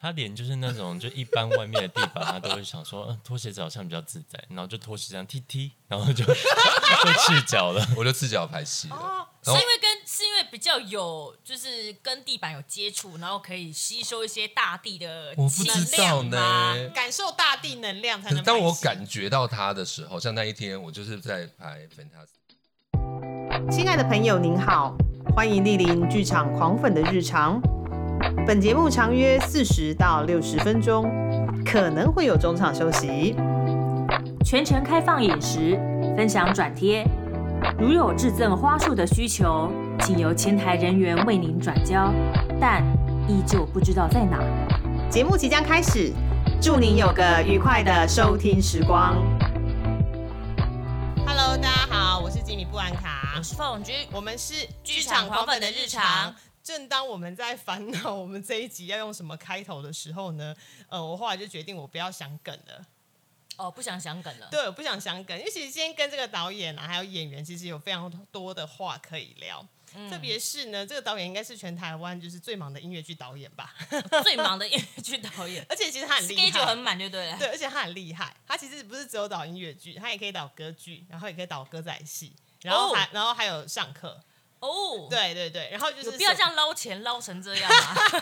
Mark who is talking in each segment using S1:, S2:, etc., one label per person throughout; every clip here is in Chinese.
S1: 他脸就是那种，就一般外面的地板，他都会想说，嗯，拖鞋子好像比较自在，然后就拖鞋这样踢踢，然后就 就赤脚了。
S2: 我就赤脚排戏
S3: 哦
S2: 了。
S4: 是
S2: 然
S4: 因
S2: 后
S4: 为跟是因为比较有就是跟地板有接触，然后可以吸收一些大地的
S2: 我不
S4: 能
S2: 知道
S4: 量吗？
S2: 呢。
S3: 感受大地能量才
S2: 可是
S3: 能。
S2: 当我，感觉到他的时候，像那一天，我就是在排 Fantastic。
S5: 亲爱的朋友，您好，欢迎莅临剧场狂粉的日常。本节目长约四十到六十分钟，可能会有中场休息。
S6: 全程开放饮食，分享转贴。如有致赠花束的需求，请由前台人员为您转交，但依旧不知道在哪。
S5: 节目即将开始，祝您有个愉快的收听时光。
S3: Hello，大家好，我是吉米布兰卡
S4: 我，是范永军，
S3: 我们是
S4: 剧场狂粉的日常。
S3: 正当我们在烦恼我们这一集要用什么开头的时候呢，呃，我后来就决定我不要想梗了。
S4: 哦，不想 想梗了。
S3: 对，我不想想梗，因为其实今天跟这个导演啊，还有演员，其实有非常多的话可以聊。
S4: 嗯
S3: 特别是呢，这个导演应该是全台湾就是最忙的音乐剧导演吧，
S4: 最忙的音乐剧导 演
S3: 而且其实他很厉
S4: ，schedule 很
S3: 害。
S4: 满就对了。
S3: 对，而且他很厉害，他其实不是只有导音乐剧，他也可以导歌剧，然后也可以导歌仔戏，然后还、然后还有上课，
S4: 哦，，
S3: 对对对，然后就
S4: 有
S3: 是
S4: 必要
S3: 什
S4: 这样捞钱捞成这样啊吗？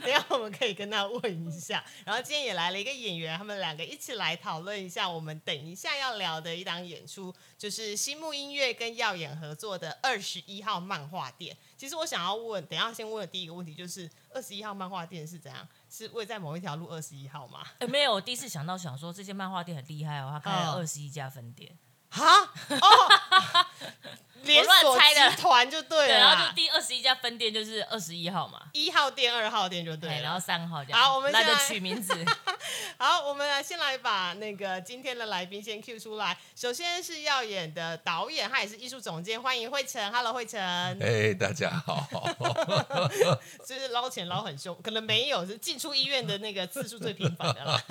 S3: 等一下我们可以跟他问一下。然后今天也来了一个演员，他们两个一起来讨论一下我们等一下要聊的一档演出，就是新木音乐跟耀眼合作的二十一号漫画店。其实我想要问，等一下先问的第一个问题就是，二十一号漫画店是怎样？是位在某一条路二十一号吗？
S4: 哎没有，我第一次想到想说这些漫画店很厉害哦，他开了
S3: 哦
S4: 二十一家分店，
S3: 啊哦， 连锁
S4: 乱猜的
S3: 集团就对啊
S4: 对，
S3: 了啦，
S4: 然后就第二十一家分店就是二十一号嘛，
S3: 一号店、二号店就对
S4: 哎
S3: 了。
S4: 然后三号这样，
S3: 好我们
S4: 懒得
S3: 现在
S4: 取名字，
S3: 好，我们来先来把那个今天的来宾先 Q 出来。首先是耀眼的导演，他也是艺术总监，欢迎慧晨。Hello，慧晨，
S2: 哎，大家 好，
S3: 就是捞钱捞很凶，可能没有，是进出医院的那个次数最频繁的啦。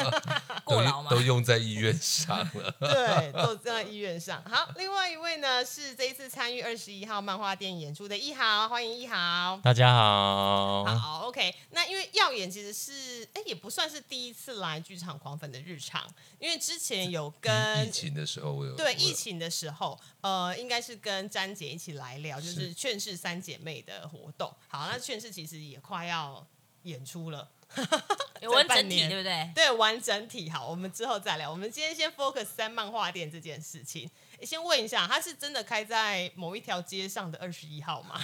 S4: 过劳嘛
S2: 都，用在医院上了。
S3: 对，都在医院上。好，另外一位呢是这一次参与二十一号漫画店演出的一豪，欢迎一豪。
S1: 大家好，
S2: 啊
S3: 好，OK。那因为耀眼其实是，哎、也不算是第一次来剧场狂粉的日常，因为之前有跟
S2: 疫情的时候，我有
S3: 对
S2: 我有
S3: 疫情的时候，呃，应该是跟詹姐一起来聊，就是
S2: 是
S3: 劝世三姐妹的活动。好，那劝世其实也快要演出了，
S4: 有问
S3: 半
S4: 整体
S3: 年
S4: 对不对？
S3: 对，完整体好，我们之后再聊。我们今天先 focus 在漫画店这件事情。诶先问一下，它是真的开在某一条街上的二十一号吗？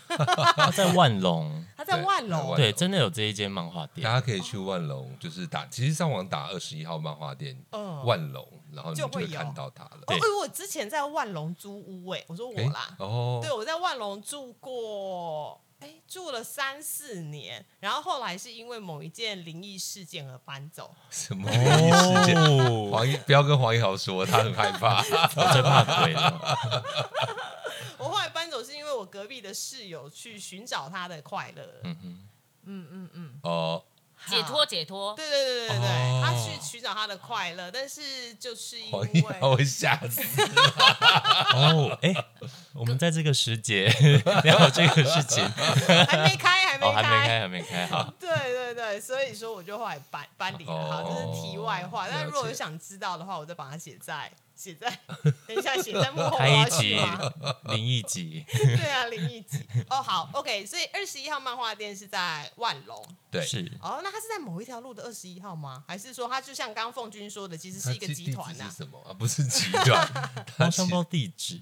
S1: 他在万隆，
S3: 它在
S2: 对
S3: 万
S2: 在
S3: 隆
S2: 万。
S1: 对，真的有这一间漫画
S2: 大
S1: 店。
S2: 家可以去万隆，就是打，其实上网打二十一号漫画店，
S3: 嗯
S2: 万隆，然后你
S3: 就
S2: 就
S3: 会
S2: 会
S3: 有
S2: 看到它了。
S3: 哦，
S1: 对
S3: 因为我之前在万隆租屋、诶，我说我
S2: 哎
S3: 啦，
S2: 哦
S3: 对，，我在万隆住过，哎，住了三四年，然后后来是因为某一件灵异事件而搬走。
S2: 什么事
S1: 哦
S2: 件？ 黄一不要跟黄一豪说，他很害怕。
S1: 我最怕鬼了，
S3: 我后来搬走是因为我隔壁的室友去寻找他的快乐。
S1: 嗯哼，
S2: 哦，
S4: 解脱解脱，
S3: 对对对对对，
S2: 哦
S3: 他去寻找他的快乐，但是就是因
S2: 黄一
S3: 为
S2: 豪会吓死。
S1: 哦，哎、我们在这个时节聊这个事情，
S3: 还没开，还
S1: 哦，
S3: 没
S1: 还没
S3: 开。
S1: 开，还没开，好，
S3: 对对对，所以说我就后来搬搬离了，好，这是题外话。
S2: 哦
S3: 但如果
S2: 了
S3: 有
S2: 解
S3: 想知道的话，我再把它写在写在，等一下写在幕 后
S1: 开一
S3: 花絮
S1: 集
S3: 吗？，
S1: 零一集，
S3: 对啊，灵异集。哦，好，OK，所以二十一号漫画店是在万隆。
S2: 对，
S1: 是
S3: 哦，那它是在某一条路的二十一号吗？还是说它就像刚刚凤君说的，其实
S2: 它
S3: 是一个
S2: 地
S3: 集团
S2: 地址
S3: 呐、
S2: 是什么啊？不是集团，
S1: 我
S2: 它
S1: 想
S2: 其
S1: 不到地址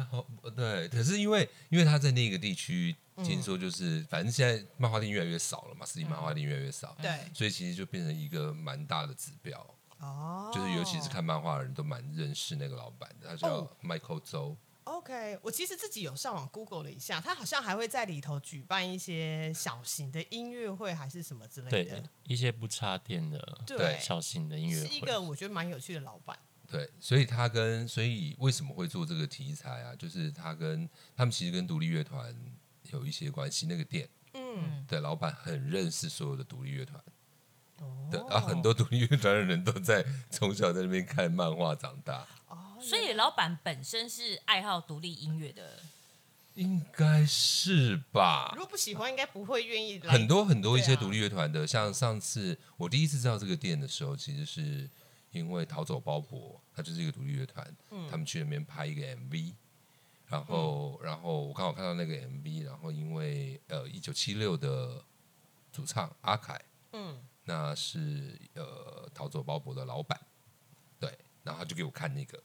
S1: 哎、
S2: 哦，对，可是因为因为他在那个地区，
S3: 嗯
S2: 听说就是、反正现在漫画店越来越少了嘛，实体漫画店越来越少，
S3: 对
S2: 所以其实就变成一个蛮大的指标，
S3: 哦，
S2: 就是尤其是看漫画的人都蛮认识那个老板的，他叫
S3: 哦
S2: Michael 周，
S3: OK，我其实自己有上网 Google 了一下，它好像还会在里头举办一些小型的音乐会还是什么之类
S1: 对
S3: 的。，
S1: 一些不插电的
S3: 对
S1: 小型的音乐
S3: 是一个
S1: 会，
S3: 我觉得蛮有趣的老板。
S2: 对，所以他跟所以为什么会做这个题材啊？就是他跟他们其实跟独立乐团有一些关系，那个店
S3: 嗯，
S2: 的老板很认识所有的独立乐团。
S3: 哦
S2: 对啊，很多独立乐团的人都在从小在那边看漫画长大。
S3: 哦，
S4: 所以老板本身是爱好独立音乐的
S2: 应该是吧
S3: 如。果不喜欢，应该不会愿意来。
S2: 很多很多一
S3: 对
S2: 些
S3: 啊
S2: 独立乐团的，像上次我第一次知道这个店的时候，其实是因为逃走包勃，它就是一个独立乐团，他们去那边拍一个 MV，然后、然后我刚好看到那个 MV，然后因为呃一九七六的主唱阿凯，
S3: 嗯，
S2: 那是呃逃走包勃的老板，对，然后他就给我看那个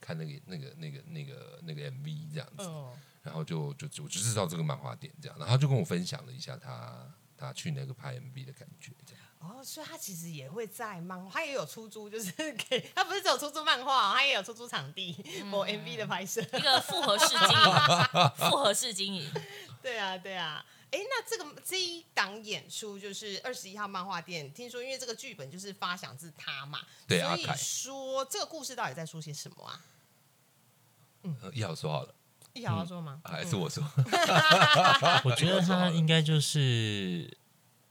S2: 看那个那个那个那个那个 MV 这样子，
S3: 嗯，
S2: 然后就就就我就知道这个漫画店这样，然后他就跟我分享了一下他他去那个拍 MV 的感觉，这样
S3: 哦，所以他其实也会在漫画，他也有出租，就是 给他不是只有出租漫画哦，他也有出租场地，
S2: 嗯
S3: 某 MV 的拍摄。
S4: 一个复合式经 营，复合式经营，
S3: 对啊，对啊。哎，那这个这一档演出就是二十一号漫画店，听说因为这个剧本就是发想自他嘛，
S2: 对
S3: 所
S2: 阿
S3: 以
S2: 凯
S3: 说这个故事到底在说些什么啊？
S2: 呃一豪说好了，
S3: 一豪要说吗？
S2: 还是我说？
S1: 我觉得他应该就是，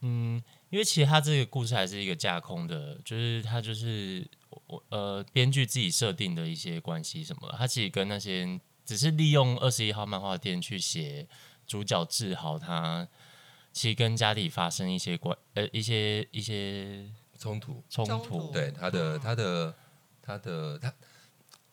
S1: 嗯，因为其实他这个故事还是一个架空的，就是他就是我呃编剧自己设定的一些关系什么的，他其实跟那些只是利用二十一号漫画店去写主角志豪他。其实跟家里发生一些关呃一些一些
S2: 冲突，
S1: 冲
S3: 冲
S1: 突
S3: 突，
S2: 对他的他的他的他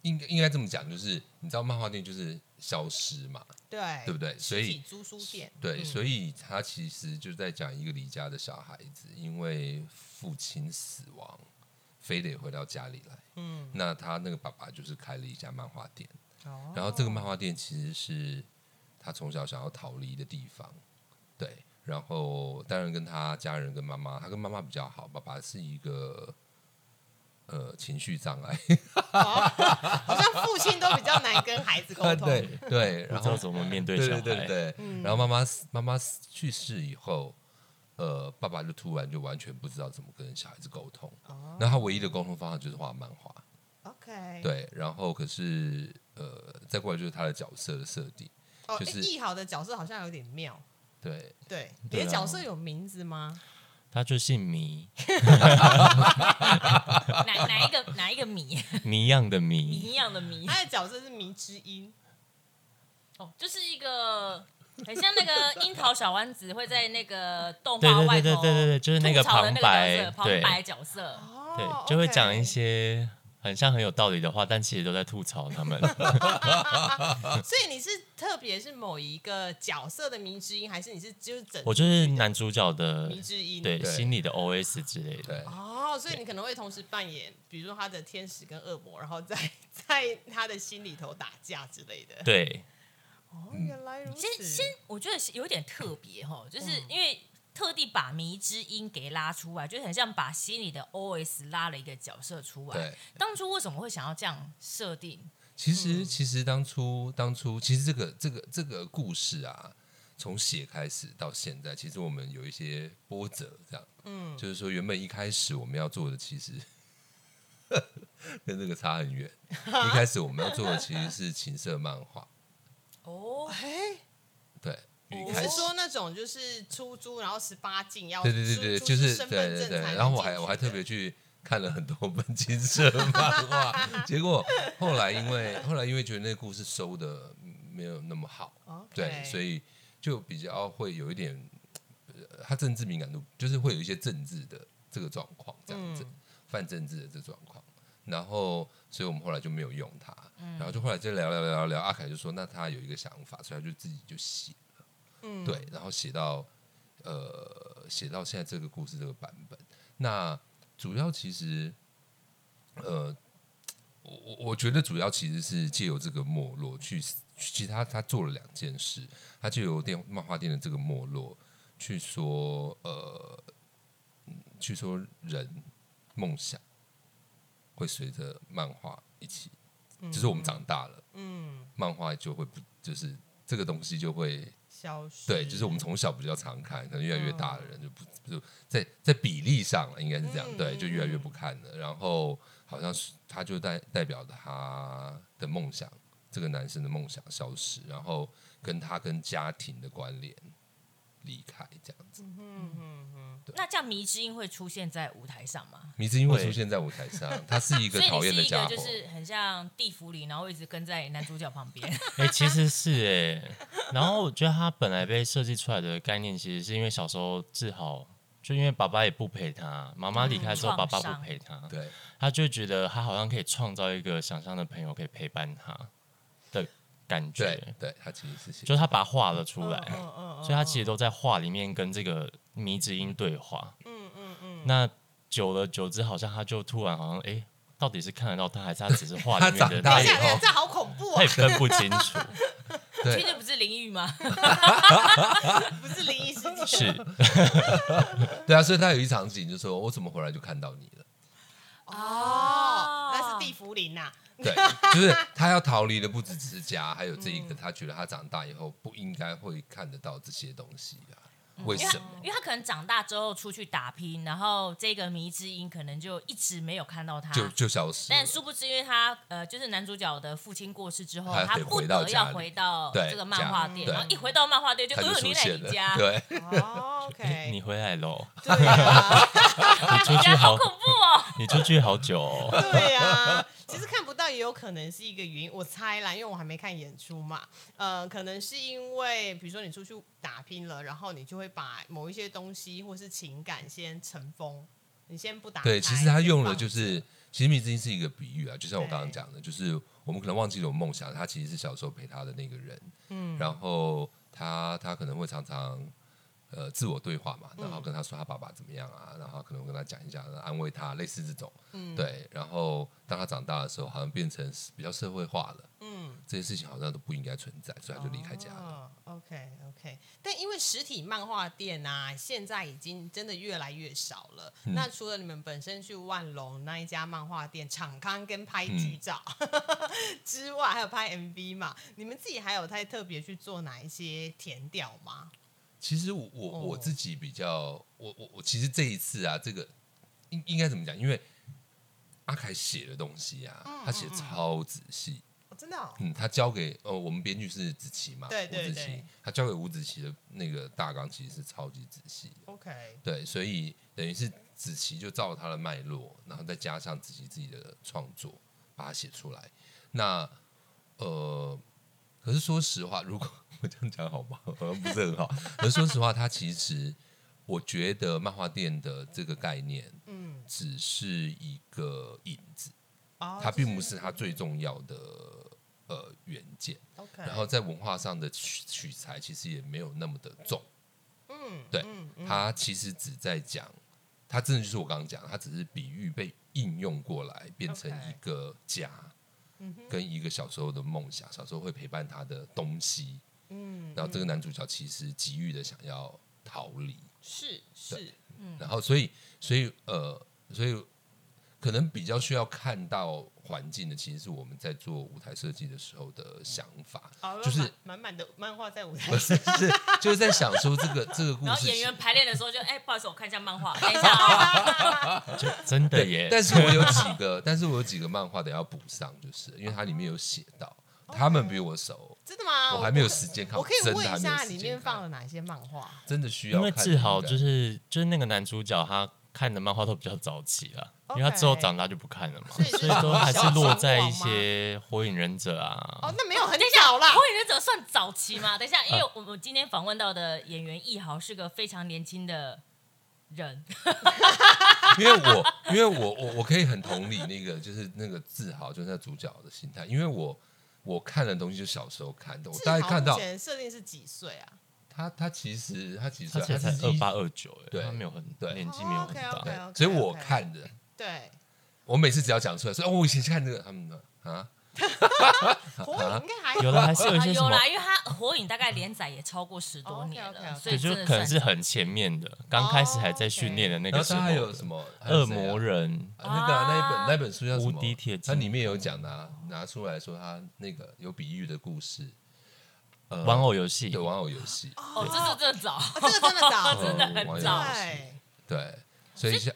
S2: 应该应该这么讲，就是你知道漫画店就是消失嘛，
S3: 对，
S2: 对不对？所
S3: 实体
S2: 以
S3: 租书店，
S2: 对，所
S3: 嗯
S2: 以他其实就在讲一个离家的小孩子，因为父亲死亡，非得回到家里来。嗯，那他那个爸爸就是开了一家漫画店，
S3: 哦
S2: 然后这个漫画店其实是他从小想要逃离的地方，对。然后当然跟他家人跟妈妈，他跟妈妈比较好，爸爸是一个呃情绪障碍，
S3: 好像父亲都比较难跟孩子沟通。
S2: 对对，
S1: 不
S2: 然
S1: 知道
S2: 后
S1: 怎么面对
S2: 对
S1: 小孩。
S2: 对对对，然后妈妈死妈妈死去世以后，呃，爸爸就突然就完全不知道怎么跟小孩子沟通。那他唯一的沟通方法就是画漫画。
S3: ，OK，，
S2: 对，然后可是呃，再过来就是他的角色的设定。
S3: 哦，
S2: 就是
S3: 易豪的角色好像有点妙，
S2: 对，啊
S3: 对，
S1: 对啊
S3: 你的角色有名字吗？
S1: 他就姓迷，
S4: 哪哪一个哪一个米
S1: 迷样的
S4: 米
S1: 迷，
S4: 一样的米，
S3: 他的角色是迷之音，
S4: 哦，就是一个很像那个樱桃小丸子会在那个动
S1: 对
S4: 画
S1: 对
S4: 外
S1: 对
S4: 头
S1: 对对对对，就是那
S4: 吐槽的
S1: 旁
S4: 那个
S1: 白
S4: 角色，，旁
S1: 对
S4: 白角色，
S3: 哦
S1: 对，就会讲
S3: OK
S1: 一些很像很有道理的话，但其实都在吐槽他们。
S3: 哦所以你是特别是某一个角色的迷之音，还是你是就是整
S1: 我就是男主角的
S3: 迷之音？
S1: 对
S2: 对
S1: 心里的 OS 之类的。
S2: 对，
S3: 哦，所以你可能会同时扮演，比如说他的天使跟恶魔，然后在 在他的心里头打架之类的。
S1: 对，
S3: 哦，原来如
S4: 先
S3: 此。
S4: 先，我觉得是有点特别哈，就是
S2: 嗯
S4: 因为特地把迷之音给拉出来，就是很像把心里的 OS 拉了一个角色出来。
S2: 对，
S4: 当初为什么会想要这样设定？
S2: 其
S3: 嗯
S2: 实其实当初当初其实这个这个这个故事啊，从写开始到现在，其实我们有一些波折，这样。嗯，就是说原本一开始我们要做的其实 跟这个差很 远。一开始我们要做的其实是情色漫画，
S4: 哦，
S3: 哎，
S2: 对，一
S3: 你
S2: 开
S3: 是
S2: 始。
S3: 说那种就是出租，然后十八禁要
S2: 对对对对，
S3: 出
S2: 就是
S3: 出示身
S2: 对
S3: 份
S2: 对
S3: 证
S2: 对。
S3: 才能
S2: 然后我还
S3: 进去
S2: 我还特别去看了很多本金社漫画， 结果后来因为后来因为觉得那个故事收的没有那么好，
S3: OK
S2: 哦对，所以就比较会有一点，呃他政治敏感度就是会有一些政治的这个状况，这样子、泛政治的这状况。然后，所以我们后来就没有用它。然后就后来就聊聊聊聊聊，阿凯就说，那他有一个想法，所以他就自己就写了。嗯，对，然后写到呃，写到现在这个故事这个版本。那主要其实，呃，我我我觉得主要其实是借由这个没落去，其实他他做了两件事，他借由电漫画店的这个没落去说，呃，嗯去说人梦想会随着漫画一起，就是我们长大了，嗯，漫画就会不就是这个东西就会
S3: 消失，
S4: 嗯
S2: 对，就是我们从小比较常看，可能越来越大的人就不就在在比例上了，应该是这样，对，就越来越
S4: 嗯
S2: 不看了。然后好像是他就代代表他的梦想，这个男生的梦想消失，然后跟他跟家庭的关联，离开这样子。
S4: 那这样迷之音会出现在舞台上吗？
S2: 迷之音会
S1: 会
S2: 出现在舞台上，他是一个
S4: 所以
S2: 讨
S4: 你
S2: 厌
S4: 是
S2: 的
S4: 一
S2: 家
S4: 个
S2: 伙，
S4: 就是很像地府里，然后一直跟在男主角旁边。
S1: 哎、其实是哎、然后我觉得他本来被设计出来的概念，其实是因为小时候志豪，就因为爸爸也不陪他，妈妈离开之后，
S4: 嗯
S1: 爸爸
S4: 创
S1: 不
S4: 伤
S1: 陪他，
S2: 对，
S1: 他就觉得他好像可以创造一个想象的朋友，可以陪伴他的感
S2: 对
S1: 觉，，
S2: 对，他其实是
S1: 就是他把它画了出来，
S3: 嗯嗯
S1: 所以他其实都在画里面跟这个迷之音对话。
S3: 嗯嗯嗯，
S1: 那久了久之，好像他就突然好像哎、到底是看得到他，还是他只是画
S2: 他
S1: 里面的
S2: 长大
S1: 他
S2: 以
S3: 等一
S1: 也
S2: 后
S3: 下，等一下这好恐怖
S1: 他
S3: 啊
S1: 也！分不清楚，
S4: 确
S2: 对
S4: 定不是淋浴吗？
S3: 不是灵异事件，
S1: 是
S2: 对啊，所以他有一场景就说：“我怎么回来就看到你了
S3: 哦，那是地
S4: 啊
S3: 茯苓呐。？”
S2: 对，就是他要逃离的不只是家，还有这一
S4: 嗯
S2: 个，他觉得他长大以后不应该会看得到这些东西啊，为
S4: 因为
S2: 什
S4: 他
S2: 么？
S4: 因为他可能长大之后出去打拼，然后这个迷之音可能就一直没有看到他。
S2: 就就消失了？
S4: 但殊不知，因为他呃，就是男主角的父亲过世之后，
S2: 他
S4: 他
S2: 得
S4: 不
S2: 回到
S4: 得
S2: 家
S4: 要
S2: 里
S4: 回到
S2: 对
S4: 这个漫画
S2: 家
S4: 店，
S2: 对
S4: 然后一回到漫画店就
S2: 他
S4: 呃
S2: 就，
S4: 你
S2: 出
S4: 在
S2: 现
S4: 你
S2: 了
S4: 家，，
S2: 对，
S3: 哦
S1: 哎
S3: ，OK，
S1: 你回来喽，
S3: 对啊，
S1: 你出去
S4: 家
S1: 好，
S4: 好恐怖哦！
S1: 你出去好久、哦。
S3: 对啊，其实看不到也有可能是一个原因，我猜啦，因为我还没看演出嘛。呃，可能是因为比如说你出去打拼了，然后你就会把某一些东西或是情感先尘封，你先不打开。
S2: 对，其实他用了就
S3: 先
S2: 是，其实迷之音是一个比喻啊，就像我刚刚
S3: 对
S2: 讲的，就是我们可能忘记了我们梦想，他其实是小时候陪他的那个人，
S3: 嗯
S2: 嗯，然后他他可能会常常呃自我对话嘛，然
S3: 嗯
S2: 后跟他说他爸爸怎么样啊，然后可能会跟他讲一讲，安慰他，类似这种，嗯，对，然后当他长大的时候，好像变成比较社会化了，
S3: 放，嗯。
S2: 这些事情好像都不应该存在，所以他就离开家了。
S3: 哦、OK OK，但因为实体漫画店啊，现在已经真的越来越少了。
S2: 嗯
S3: 那除了你们本身去万隆那一家漫画店场刊跟拍
S2: 嗯
S3: 剧照、 之外，还有拍 MV 嘛，你们自己还有太特别去做哪一些填调吗？
S2: 其实我我我
S3: 哦
S2: 自己比较，我我我其实这一次啊，这个应应该怎么讲？因为阿凯写的东西啊，
S3: 嗯
S2: 他写超仔细。
S3: 哦、真的、哦，
S2: 嗯，他交给呃，我们编剧是子琪嘛，
S3: 对对
S2: 吴子
S3: 对
S2: 琪，他交给吴子琪的那个大纲其实是超级仔细的。
S3: OK，
S2: 对，所以等于是子琪就照他的脉络，然后再加上子琪自己的创作，把它写出来。那呃，可是说实话，如果我这样讲好吗？好像不是很好。可是说实话，他其实我觉得漫画店的这个概念
S3: 嗯，
S2: 只是一个引子，
S3: 哦，
S2: 它并不
S3: 就是
S2: 它最重要的呃原件。
S3: OK，
S2: 然后在文化上的取取材其实也没有那么的重。
S3: 嗯，
S2: 对
S3: 嗯嗯
S2: 他其实只在讲，他真的就是我刚刚讲的，他只是比喻被应用过来，变成
S3: OK
S2: 一个家
S4: 嗯
S2: 跟一个小时候的梦想，小时候会陪伴他的东西。
S3: 嗯，
S2: 然后这个男主角其实急于的想要逃离，
S3: 是是，
S4: 嗯
S2: 然后所以所以呃，所以可能比较需要看到环境的，其实是我们在做舞台设计的时候的想 法，
S3: 哦
S2: 就是
S3: 满满满的漫画在 舞台
S2: 不是是就是在想说这个这个故
S4: 哎然后
S2: 事
S4: 演
S2: 其
S4: 员排练的时候就，哎，不好意思，我看一下漫 画，等一下啊，
S1: 就真的
S2: 对
S1: 耶。
S2: 但是我有几个，但是我有几个漫画得要补上，就是因为它里面有写到，他们比我熟，
S3: 真的吗？
S2: 我还没有时间看，
S3: 哦我可以
S2: 真的
S3: 问
S2: 还
S3: 一
S2: 没有
S3: 下
S2: 时
S3: 里
S2: 间
S3: 面
S2: 看
S3: 放了哪些漫画？
S2: 真的需要
S1: 因
S2: 看，
S1: 为志豪就是是就是那个男主角，他看的漫画都比较早期了，因为他之后
S3: OK
S1: 长大就不看了嘛，
S3: 所以就是
S1: 所以都还是落在一
S3: 小时候
S1: 些火影忍者啊
S3: 哦，，那没有很
S4: 等一下，
S3: 早啦
S4: 火。影忍者算早期吗？等一下，因为
S2: 啊
S4: 我我今天访问到的演员易豪是个非常年轻的 人，
S2: 因为我因为我我我可以很同理那个就是那个志豪就是那主角的心态，因为我我看的东西就小时候看的，我大概看
S3: 志豪
S2: 到
S3: 目前设定是几岁啊？
S2: 他他其实他其实
S1: 他现在才
S2: 一
S1: 二八二九，哎，
S2: 对
S1: 他没有很
S2: 对
S1: 年纪没有很
S3: 哦
S1: 大
S3: ，OK，OK，OK，
S2: 对，所以我看的，
S3: 对，
S2: 我每次只要讲出来说哦，我以前看这个，他们说啊，
S3: 火影应该还
S1: 有了还是有一
S4: 啊
S1: 些什
S4: 有
S1: 么
S4: 啦，，因为他火影大概连载也超过十多年
S3: 哦，OK，OK，OK
S4: 了，所
S1: 对，
S4: 以
S1: 就
S4: 真
S1: 是
S4: 的
S1: 可能
S4: 算
S1: 是很前面的，刚开始还在训练的那
S2: 然
S1: 个
S2: 后
S1: 时
S2: 他还有
S1: 候，
S2: 什么还有
S1: 恶
S2: 谁啊
S1: 魔人，
S2: 啊，那个、那一本那本书叫什么？
S1: 无敌铁骑
S2: 它里面有讲的、啊，拿出来说它那个有比喻的故事，呃
S1: 玩偶游戏
S2: 对，玩偶游戏，
S4: 哦，这是这早。
S3: 哦这个真的早，
S2: 真的
S4: 很
S2: 玩偶游
S4: 早
S2: 戏
S3: 对，
S2: 对，所以像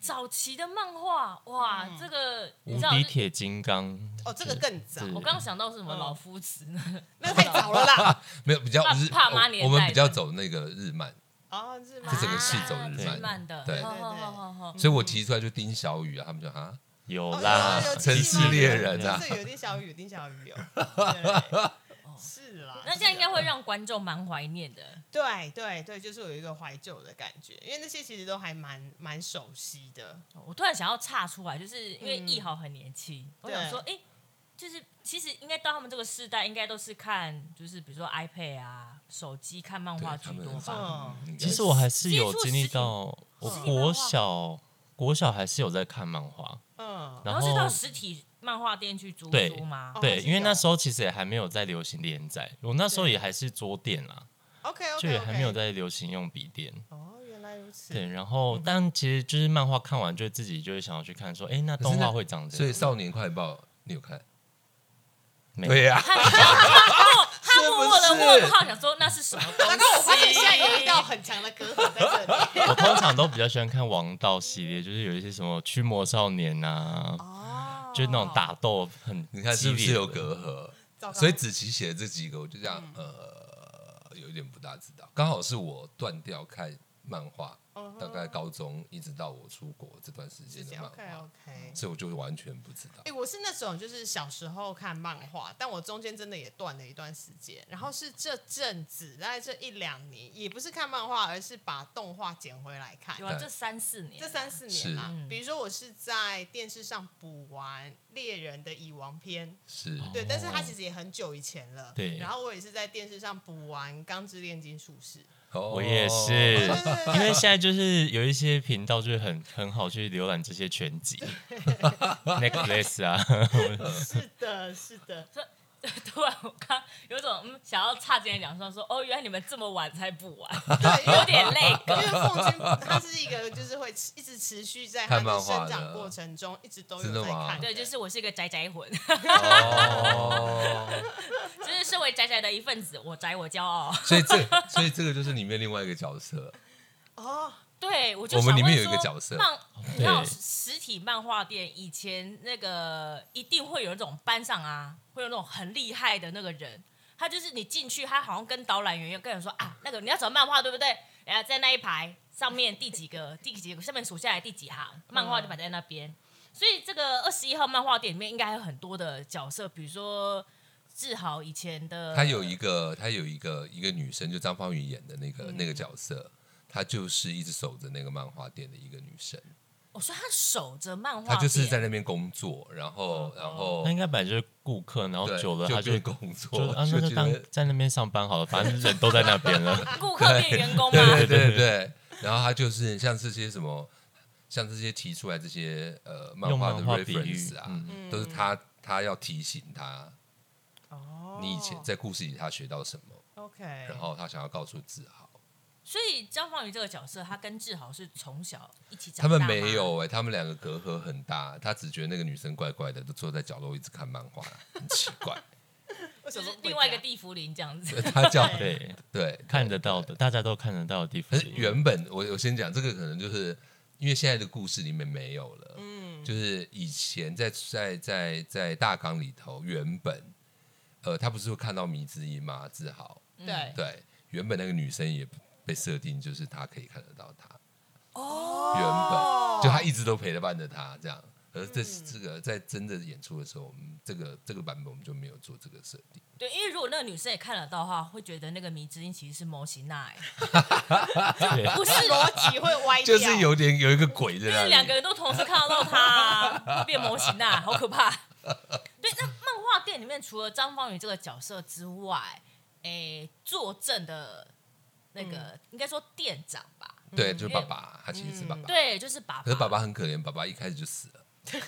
S4: 早期的漫画，哇，
S2: 嗯
S4: 这个你
S1: 无
S4: 知道
S1: 敌，铁金刚
S3: 哦，这个更早，
S2: 嗯
S4: 我刚刚想到是什么老夫子呢？
S3: 那太早了 啦。
S2: 没有比较
S4: 怕
S2: 日，
S4: 怕妈
S2: 我
S4: 年
S2: 我们
S4: 代
S2: 比较
S4: 的
S2: 走那个日漫，
S3: 哦，是吗
S2: 这？整个是走
S4: 啊
S2: 日
S4: 日
S2: 漫
S4: 漫的，
S2: 对
S4: 好
S3: 对
S4: 好
S3: 对
S4: 好好好，
S2: 所以我提出来就丁小雨啊，他们就啊，
S1: 有
S3: 哦
S1: 啦
S3: 有有，
S2: 城市猎人啊
S3: 就是有点小雨，有点 小雨哦。对是啦，
S4: 那这样应该会让观众蛮怀念的。
S3: 对对对，就是有一个怀旧的感觉，因为那些其实都还蛮蛮熟悉的。
S4: 我突然想要岔出来，就是因为
S3: 嗯
S4: 艺豪很年轻，我
S3: 对
S4: 想说，哎、就是其实应该到他们这个世代，应该都是看，就是比如说 iPad 啊、手机看漫画
S2: 对
S4: 居
S2: 他们
S4: 多吧。
S3: 嗯，
S2: 嗯
S1: 其实我还是
S4: 接
S1: 有
S4: 触
S1: 经历
S4: 实体
S1: 到，我
S4: 实体漫
S1: 国
S4: 画
S1: 小国小还是有在看漫画，
S3: 嗯，
S1: 然
S4: 然后是
S2: 哦
S4: 到
S1: 后
S4: 实体漫画店去租
S1: 对
S4: 书吗？
S3: 哦还
S1: 对，
S3: 是
S1: 因为那
S3: 有
S1: 时候其实也还没有在流行连载，我那时候
S3: 对
S1: 也还是桌垫啦，
S3: OK OK，
S1: 就也还没有。在流行用笔电。
S3: 哦，原来如此。
S1: 对，然
S2: 嗯
S1: 后但其实就是漫画看完，就自己就会想要去看，说，哎，那
S2: 可是
S1: 动
S2: 那
S1: 画会长这
S2: 所以《
S1: 样。
S2: 少年快报》你有看？
S1: 没
S2: 对 呀，
S4: 他默默的问号，想说那 是什么东西？
S3: 难怪我发现现在有一道很强的隔阂在这里。
S1: 我通常都比较喜欢看王道系列，就是有一些什么驱魔少年啊，
S3: 哦
S1: 就是那种打斗很
S2: 你看是不
S1: 激
S2: 是
S1: 烈
S2: 有
S1: 的
S2: 隔
S3: 糟
S2: 阂？
S3: 糕
S2: 所以子琪写的这几个，我就这样呃，有一点不大知道。刚好是我断掉看漫画，大概高中一直到我出国这段时
S3: 是
S2: 间
S3: 这
S2: 的
S3: 样
S2: 漫
S3: OK
S2: 画，
S3: OK。
S2: 所以我就完全不知道
S3: 哦哎、。我是那种就是小时候看漫画，但我中间真的也断了一段时间。然后是这阵子，大概这一两年，也不是看漫画，而是把动画捡回来看。
S4: 有啊，这三四年，
S3: 这三四年啦
S4: 是，
S3: 比如说我是在电视上补完《猎人的蚁王篇》，
S2: 是
S1: 哦
S3: 对，但是它其实也很久以前了。
S1: 对
S3: 然后我也是在电视上补完《钢之炼金术师》
S2: 哦
S1: 我也是， 因为现在就是有一些频道就是很很好去浏览这些全 集，Necklace 啊，
S3: 是的，是的，
S4: 突然我刚有种嗯想要插进来讲说说哦，原来你们这么晚才补完，
S3: 对，因
S2: 啊
S3: 为
S4: 有点累。
S3: 因为凤君他是一个就是会一直持续在他
S2: 看漫
S3: 的
S2: 画
S3: 生
S2: 的
S3: 长过程中一直都
S2: 真的
S3: 有在
S2: 吗
S3: 看，
S4: 对，就是我是一个宅宅魂，
S2: 哦，
S4: 就是身为宅宅的一份子，我宅我骄傲。
S2: 所以这所以这个就是里面另外一个角色，
S3: 哦，
S4: 对，我就
S2: 我们
S4: 想
S2: 里面
S4: 问
S2: 有一个
S4: 说
S2: 角色哦
S4: 漫，你看
S1: 对
S4: 实体漫画店以前那个一定会有那种班上啊，会有那种很厉害的那个人，他就是你进去，他好像跟导览员一样跟人说啊，那个你要找漫画对不对？然后在那一排上面第几个， 第几个下面数下来第几行，
S2: 嗯
S4: 漫画就摆在那边。所以这个二十一号漫画店里面应该还有很多的角色，比如说志豪以前的，
S2: 他有一个，他有一个一个女生，就张方宇演的那个、那个角色，她就是一直守着那个漫画店的一个女生，
S4: 我哦说他守着漫画
S2: 她
S4: 店，
S2: 就是在那边工作，然后然后
S1: 那应该本来就是顾客，然后
S2: 哦对
S1: 哦久了他
S2: 就
S1: 就
S2: 变工
S1: 就
S2: 作，
S1: 啊，那
S2: 就
S1: 就
S2: 觉
S1: 当
S2: 得
S1: 在那边上班好了，反正人都在那边了。
S4: 顾客变员工嘛，
S2: 对对对对，然后她就是像这些什么，像这些提出来这些呃 漫
S1: 用
S2: 画
S1: 漫
S2: 的
S1: 画比喻
S2: reference 啊，
S1: 嗯
S2: 都是她她要提醒她，
S3: 哦，
S2: 你以前在故事里她学到什么，
S3: OK，
S2: 然后她想要告诉志豪。
S4: 所以张方宇这个角色，他跟志豪是从小一起
S2: 他
S4: 长大
S2: 们
S4: 吗
S2: 没，有哎、他们两个隔阂很大。他只觉得那个女生怪怪的，都坐在角落一直看漫画，很奇怪。
S3: 为什
S4: 就
S3: 么
S4: 是
S3: 不回
S4: 另外一个
S3: 家
S4: 地府林这样子。
S2: 对他叫
S1: 对，
S2: 对，
S1: 看得到的，大家都看得到的地
S2: 可
S1: 方
S2: 是。原本我我先讲这个，可能就是因为现在的故事里面没有了。嗯，就是以前在在在在大纲里头，原本呃，他不是会看到迷之音吗？志豪
S3: 对
S2: 对，原本那个女生也被设定就是他可以看得到他。
S4: 哦，
S2: 原
S3: 哦
S2: 本，就他一直都陪着伴着他这样。而这这个在真的演出的时候，我们这个这个版本我们就没有做这个设定。
S4: 对，因为如果那个女生也看得到的话，会觉得那个迷之音其实是摩西娜， 哎就不是
S3: 逻辑会歪
S2: 就
S3: 掉，
S2: 是有点有一个鬼在
S4: 就
S2: 那
S4: 是
S2: 里，
S4: 两个人都同时看得到他、 啊，会变模型啊，好可怕。对，那漫画店里面除了张方宇这个角色之外，诶，坐镇的那个、应该说店长吧，
S2: 对，就是爸爸，他其实是爸爸。
S4: 对，就是爸爸。
S2: 可是爸爸很可怜，爸爸一开始就死了。
S4: 对，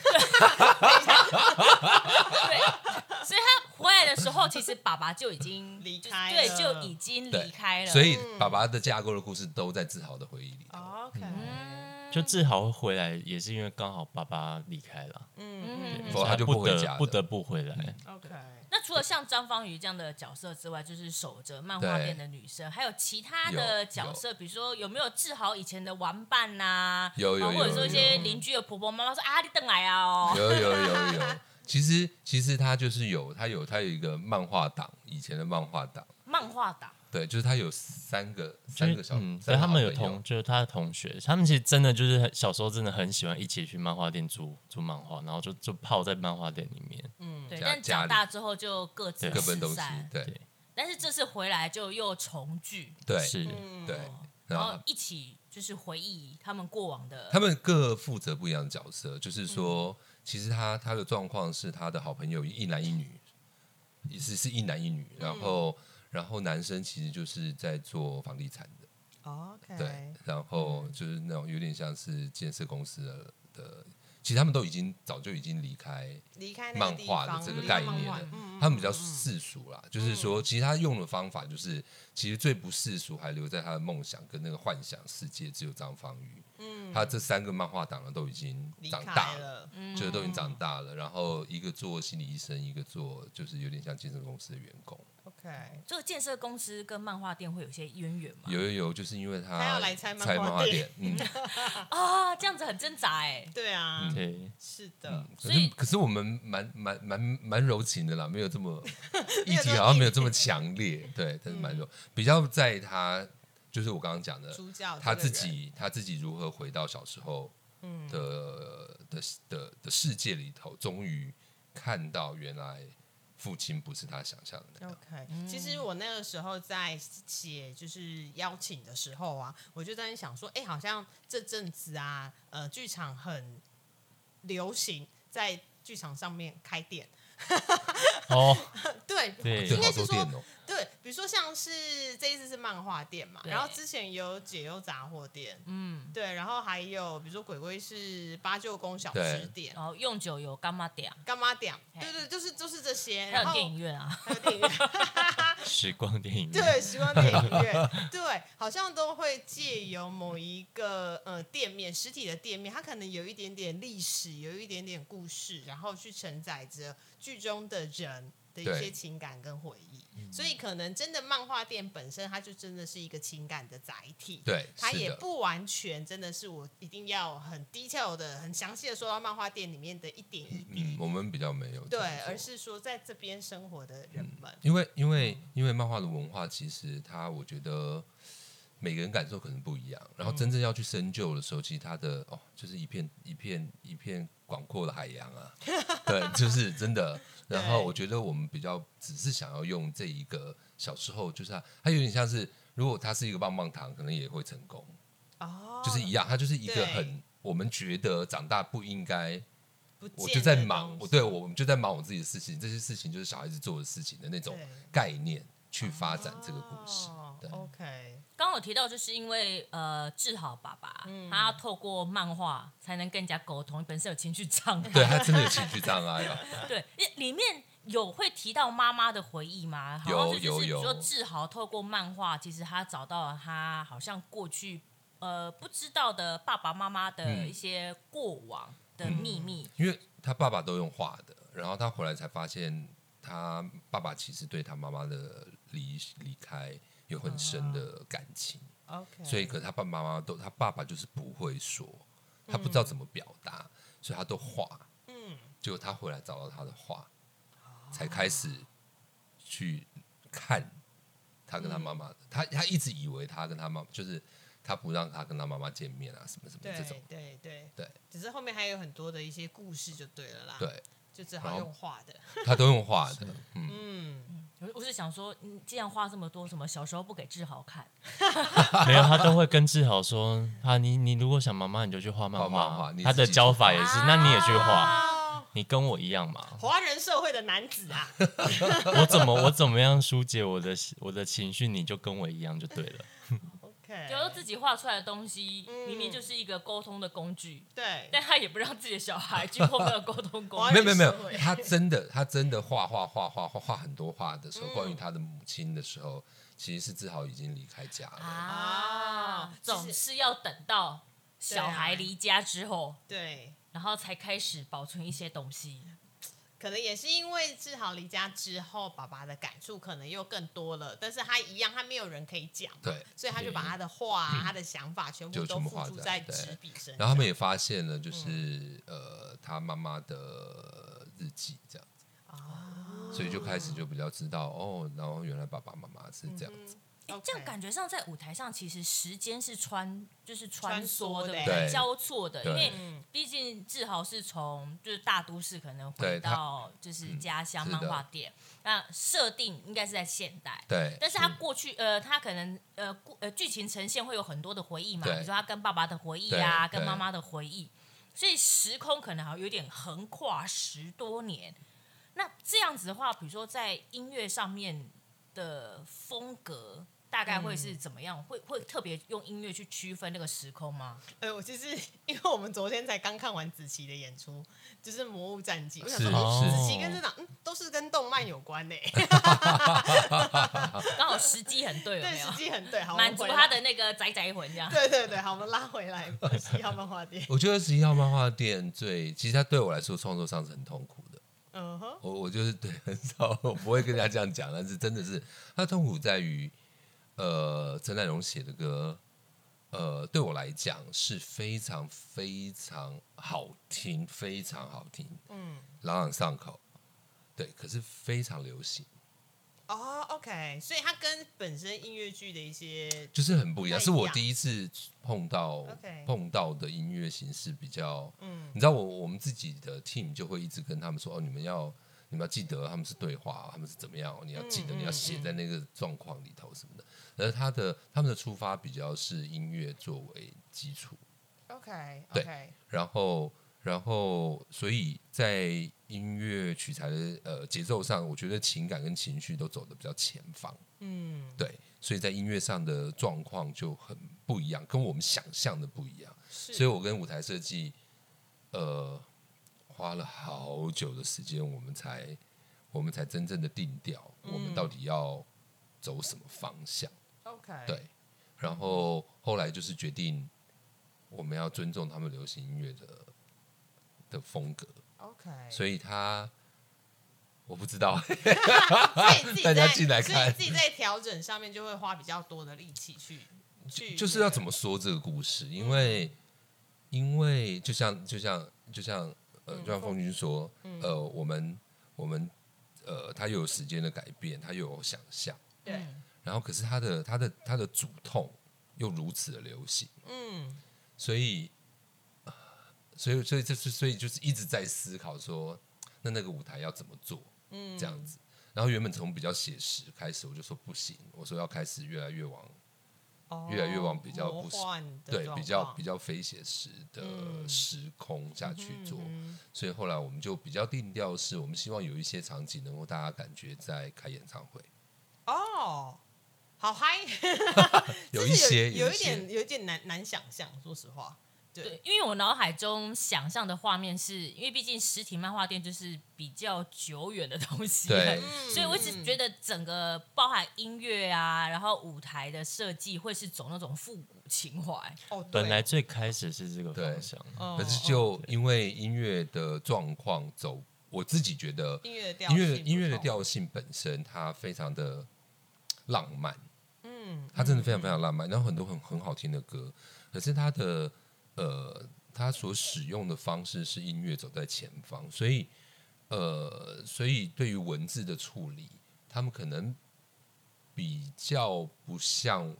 S4: 所以他回来的时候，其实爸爸就已经
S3: 离
S4: 就
S3: 开
S4: 对，
S3: 了
S4: 就已经
S2: 对
S4: 离开了。
S2: 所以爸爸的架构的故事都在志豪的回忆里
S4: 哦
S2: 头。
S3: OK，
S4: 嗯，
S1: 就志豪会回来，也是因为刚好爸爸离开了，
S3: 嗯
S4: 嗯
S1: 对
S4: 嗯
S2: 否则他就不
S1: 不
S2: 回
S1: 得
S2: 家的
S1: 不得不回来。
S3: OK，
S4: 那除了像张方瑜这样的角色之外，就是守着漫画店的女生，还有其他的角色，比如说有没有治好以前的玩伴呐、
S2: 有有
S4: 啊，
S2: 有，
S4: 或者说一些
S2: 有
S4: 邻居的婆婆妈妈说啊，你等来啊哦，
S2: 有有有有，其实其实他就是有，他有他有一个漫画党，以前的漫画党，
S4: 漫画党，
S2: 对，就是他有三个
S1: 就是
S2: 三个小，
S1: 嗯，对
S2: 三个
S1: 他们有
S2: 好朋友
S1: 同，就是他的同学，他们其实真的就是很小时候真的很喜欢一起去漫画店租租漫画，然后就就泡在漫画店里面。
S4: 对，
S2: 嗯家
S4: 但
S2: 家
S4: 长
S2: 里
S4: 大之后就各自
S1: 对
S2: 各奔
S4: 四
S2: 东西
S4: 散，
S2: 对
S1: 对
S4: 但是这次回来就又重聚，
S2: 对
S1: 是，
S3: 嗯
S2: 对，
S4: 然
S2: 然
S4: 后
S2: 后
S4: 一起就是回忆他们过往的，
S2: 啊他们各负责不一样的角色，就是说，
S3: 嗯
S2: 其实他他的状况是他的好朋友一男一女，也是是一男一女，然
S3: 嗯
S2: 后、然后男生其实就是在做房地产的。对
S4: 哦
S3: OK，，
S2: 然后
S3: 嗯
S2: 就是那种有点像是建设公司的的，其实他们都已经早就已经离开
S3: 离开那
S2: 漫
S3: 个地
S2: 画
S3: 方嗯
S2: 的这个
S3: 离
S2: 概
S3: 开
S2: 念
S3: 漫画
S2: 了，他们比较世俗啦，就是
S3: 嗯
S2: 说，其实他用的方法就是，其实最不世俗还留在他的梦想跟那个幻想世界，只有张方宇，嗯，他这三个漫画党呢都已经
S3: 嗯离
S2: 长大
S3: 开
S2: 了。
S3: 了，嗯
S2: 就是都已经长大了，然后一个做心理医生，一个做就是有点像健身公司的员工。
S3: OK，
S4: 这个建设公司跟漫画店会有些渊源吗？
S2: 有有有，就是因为他
S3: 嗯他要来拆漫
S2: 拆
S3: 画
S2: 漫画
S3: 店
S2: 店，嗯，
S4: 啊，这样子很挣扎哎、
S3: 对啊，
S1: 嗯
S2: 嗯
S1: 对，
S3: 是的，
S2: 可
S4: 所以
S2: 是嗯可是我们蛮蛮蛮蛮柔情的啦，没有这 么
S3: 没
S2: 议
S3: 有这么嗯
S2: 题好像没有这么强烈，对，但是蛮柔，比较在他就是我刚刚讲的，
S3: 主角啊这
S2: 他
S3: 个
S2: 自
S3: 人嗯
S2: 己他自己如何回到小时候的、的的的世界里头，终于看到原来父亲不是他想象的那样，
S3: OK，、其
S4: 嗯
S3: 实我那个时候在写就是邀请的时候啊，我就在想说，哎、好像这阵子啊，呃，剧场很流行在剧场上面开店，
S1: 哦，
S3: 对，
S1: 对
S2: 对，
S3: 应
S2: 好
S3: 该是
S2: 多店
S3: 说
S2: 哦，
S3: 对，比如说像是这一次是漫画店嘛，
S4: 对
S3: 然后之前有解忧杂货店，
S4: 嗯，
S3: 对，然后还有比如说鬼鬼是八舅宫小
S2: 对
S3: 吃店。
S4: 然后用酒有干妈点，
S3: 干妈店，
S4: 嘿
S3: 对对，就是就是这些，
S4: 还
S3: 然
S4: 有
S3: 后
S4: 电影院啊，
S3: 还有电影院，
S1: 时光电影院
S3: 对，时光电影院，对，好像都会借由某一个呃店面，实体的店面，它可能有一点点历史，有一点点故事，然后去承载着剧中的人的一
S2: 对嗯
S3: 些情感跟回忆。所以，可能真的漫画店本身，它就真的是一个情感的载体。
S2: 对，
S3: 它
S2: 是
S3: 也
S2: 的，
S3: 不完全真的是我一定要很 detail 的、很详细的说到漫画店里面的一点一
S2: 嗯，
S3: 滴，
S2: 我们比较没嗯有这
S3: 对
S2: 样做，
S3: 而是说在这边生活的人们，
S2: 因为因为因为漫画的文化，其实它我觉得每个人感受可能不一样。然后
S3: 嗯
S2: 真正要去深究的时候，其实它的哦，就是一片一片一片广阔的海洋 啊，对，就是真的。然后
S3: 对
S2: 我觉得我们比较只是想要用这一个小时候，就是它它有点像是，如果它是一个棒棒糖，可能也会成功，
S3: 哦，
S2: 就是一样，它就是一
S3: 对
S2: 个很我们觉得长大不应该
S3: 不
S2: 我
S3: 见
S2: 就在
S3: 的
S2: 忙，
S3: 东
S2: 我
S3: 西
S2: 对我们就在忙我自己的事情，这些事情就是小孩子做的事情的那种
S3: 对
S2: 概念去发展这个故事。
S3: 哦
S2: 对
S3: OK，
S4: 刚刚有提到，就是因为呃，志豪爸爸、
S3: 嗯
S4: 他要透过漫画才能跟人家沟通，本身有情绪 障碍。
S2: 对他真的有情绪障碍啊，
S4: 对，里面有会提到妈妈的回忆吗？好像
S2: 有
S4: 是就是
S2: 有
S4: 比如
S2: 有
S4: 说志豪透过漫画，其实他找到了他好像过去呃不知道的爸爸妈妈的
S2: 嗯
S4: 一些过往的秘密。
S2: 因为他爸爸都用画的，然后他回来才发现，他爸爸其实对他妈妈的离离开有很
S3: 嗯
S2: 深的感情，
S3: OK，
S2: 所以可他爸爸妈妈都，他爸爸就是不会说，他不知道怎么表达，所以他都画，
S3: 嗯，
S2: 结果他回来找到他的画，才开始去看他跟他妈妈的。他他一直以为他跟他妈就是他不让他跟他妈妈见面啊，什么什么这种
S3: 对。对对
S2: 对，
S3: 只是后面还有很多的一些故事就对了啦，，
S2: 对
S3: 就只好
S2: 然后
S3: 用画的，
S2: 他都用画的，嗯，
S3: 嗯，
S4: 我我是想说，你既然画这么多，什么小时候不给志豪看，
S1: 没有，他都会跟志豪说啊，你你如果想妈妈，你就去画漫
S2: 画漫画你
S1: 他的
S2: 自己去
S1: 教法也哎是，
S4: 画
S1: 那你也去
S4: 啊
S1: 画，
S3: 哦，
S1: 你跟我一样嘛。
S3: 华人社会的男 子啊，
S1: 我怎么我怎么样疏解我的我的情绪，你就跟我一样就对了。
S3: ，OK，
S2: 哎
S4: 有时候自己画出来的东西，
S3: 嗯
S4: 明明就是一个沟通的工具，
S3: 对，
S4: 但他也不让自己的小孩去碰那个沟通工
S3: 哇
S4: 具
S2: 没有没有没有
S3: 他也是会，
S2: 他真的他真的画画画画画画很多画的时候，
S3: 嗯
S2: 关于他的母亲的时候，其实是志豪已经离开家了，
S4: 啊
S3: 啊，
S4: 总是要等到小孩离家之后，
S3: 对，
S4: 然后才开始保存一些东西。
S3: 可能也是因为志豪离家之后，爸爸的感触可能又更多了，但是他一样，他没有人可以讲，
S2: 对，
S3: 所以他就把他的话、啊、他的想法全部
S2: 就
S3: 都
S2: 全部画
S3: 付诸在
S2: 在
S3: 纸
S2: 对
S3: 笔身上。
S2: 然后他们也发现了，
S4: 嗯
S2: 就是、呃，他妈妈的日记这样子，所以就开
S4: 嗯
S2: 始就比较知道哦，然后原来爸爸妈妈是这样子，
S4: 哎、
S3: 嗯 OK
S4: 这样感觉上在舞台上，其实时间是穿就是穿梭的，
S3: 穿梭的嗯
S4: 不
S2: 对
S4: 交错的，因
S2: 对
S4: 为毕竟志豪是从就是大都市可能回
S2: 对他嗯
S4: 到就是家乡
S2: 是
S4: 漫
S2: 的
S4: 画店，那设定应该是在现代。
S2: 对，嗯
S4: 但是他过去，呃，他可能，呃，故呃，剧情呈现会有很多的回忆嘛，
S2: 对
S4: 比如说他跟爸爸的回忆啊，
S2: 对
S4: 跟妈妈的回忆，所以时空可能好像有点横跨十多年。那这样子的话，比如说在音乐上面的风格，大概会是怎么
S2: 嗯
S4: 样？会会特别用音乐去区分那个时空吗？
S3: 呃，我其实因为我们昨天才刚看完子琪的演出，就是《魔物战记》，我想
S2: 是
S3: 说，
S1: 是
S3: 子琪跟这档、嗯、都是跟动漫有关呢、
S2: 哎
S4: 刚好时机很对，有
S3: 对，
S4: 没有
S3: 时？机很对，好，我们
S4: 满足
S3: 回来
S4: 他的那个宅宅魂这样。
S3: 对对对，好，我们拉回来，西号漫画店，
S2: 我觉得十一号漫画店最，其实它对我来说创作上是很痛苦的。
S3: 嗯哼，
S2: 我我就是对 很少，我不会跟大家这样讲，但是真的是它痛苦在于，呃，陈乃荣写的歌，呃，对我来讲是非常非常好听，非常好听，
S3: 嗯，
S2: 朗朗上口，对，可是非常流行，
S3: 哦，OK，所以它跟本身音乐剧的一些
S2: 就是很不一样，
S3: 不太一样
S2: 是我第一次碰到
S3: OK
S2: 碰到的音乐形式比较，
S3: 嗯
S2: 你知道我我们自己的 team 就会一直跟他们说哦，你们要你们要记得他们是对话，他们是怎么样，你要记得、
S3: 嗯
S2: 你要写在那个状况里头什么的。而他的他们的出发比较是音乐作为基础，
S3: ，OK，
S2: 对
S3: OK，
S2: 然后然后所以在音乐取材的呃节奏上，我觉得情感跟情绪都走的比较前方，
S3: 嗯，
S2: 对，所以在音乐上的状况就很不一样，跟我们想象的不一样。
S3: 是，
S2: 所以我跟舞台设计，呃，花了好久的时间，我们才我们才真正的定调，我们到底要走什么方向？
S3: OK，
S2: 对，然后后来就是决定，我们要尊重他们流行音乐的的风格，
S3: ，OK，
S2: 所以他我不知道，
S3: 所以自己
S2: 大家
S3: 在
S2: 进来
S3: 所以
S2: 看
S3: 自己在调整上面就会花比较多的力气去去，
S2: 就是要怎么说这个故事，因为因为就像就像就像呃，就像凤君说，呃，我们我们呃，他又有时间的改变，他又有想象，
S3: 对，
S2: 然后可是他的他的他的主痛又如此的流行，
S3: 嗯，
S2: 所以呃所以所以这是所以就是一直在思考说，那那个舞台要怎么做，嗯，这样子。然后原本从比较写实开始，我就说不行，我说要开始越来越往
S3: 哦
S2: 越来越往比较
S3: 魔
S2: 不是
S3: 幻的
S2: 对
S3: 状
S2: 比较
S3: 况
S2: 比较非写实的
S3: 嗯
S2: 时空下去做，
S3: 嗯哼
S2: 所以后来我们就比较定调是，我们希望有一些场景能够大家感觉在开演唱会，
S3: 哦，好嗨，
S2: 有
S3: 真
S2: 一
S3: 的
S2: 些
S3: 有
S2: 一
S3: 一
S2: 些
S3: 点有一点难难想象，说实话，
S4: 对，因为我脑海中想象的画面是，因为毕竟实体漫画店就是比较久远的东西，
S2: 对，
S3: 嗯
S4: 所以我一直觉得整个包含音乐啊，然后舞台的设计会是走那种复古情怀，
S3: 哦，对
S1: 本来最开始是这个方向，
S3: 哦
S2: 可是就因为音乐的状况走，我自己觉得
S3: 音乐的调
S2: 音
S3: 性
S2: 乐
S3: 不
S2: 音乐的
S3: 同，
S2: 调性本身它非常的浪漫，
S3: 嗯，
S2: 它真的非常非常浪漫，然后很多很很好听的歌，可是它的呃，它所使用的方式是音乐走在前方，所以呃，所以对于文字的处理，他们可能比较不像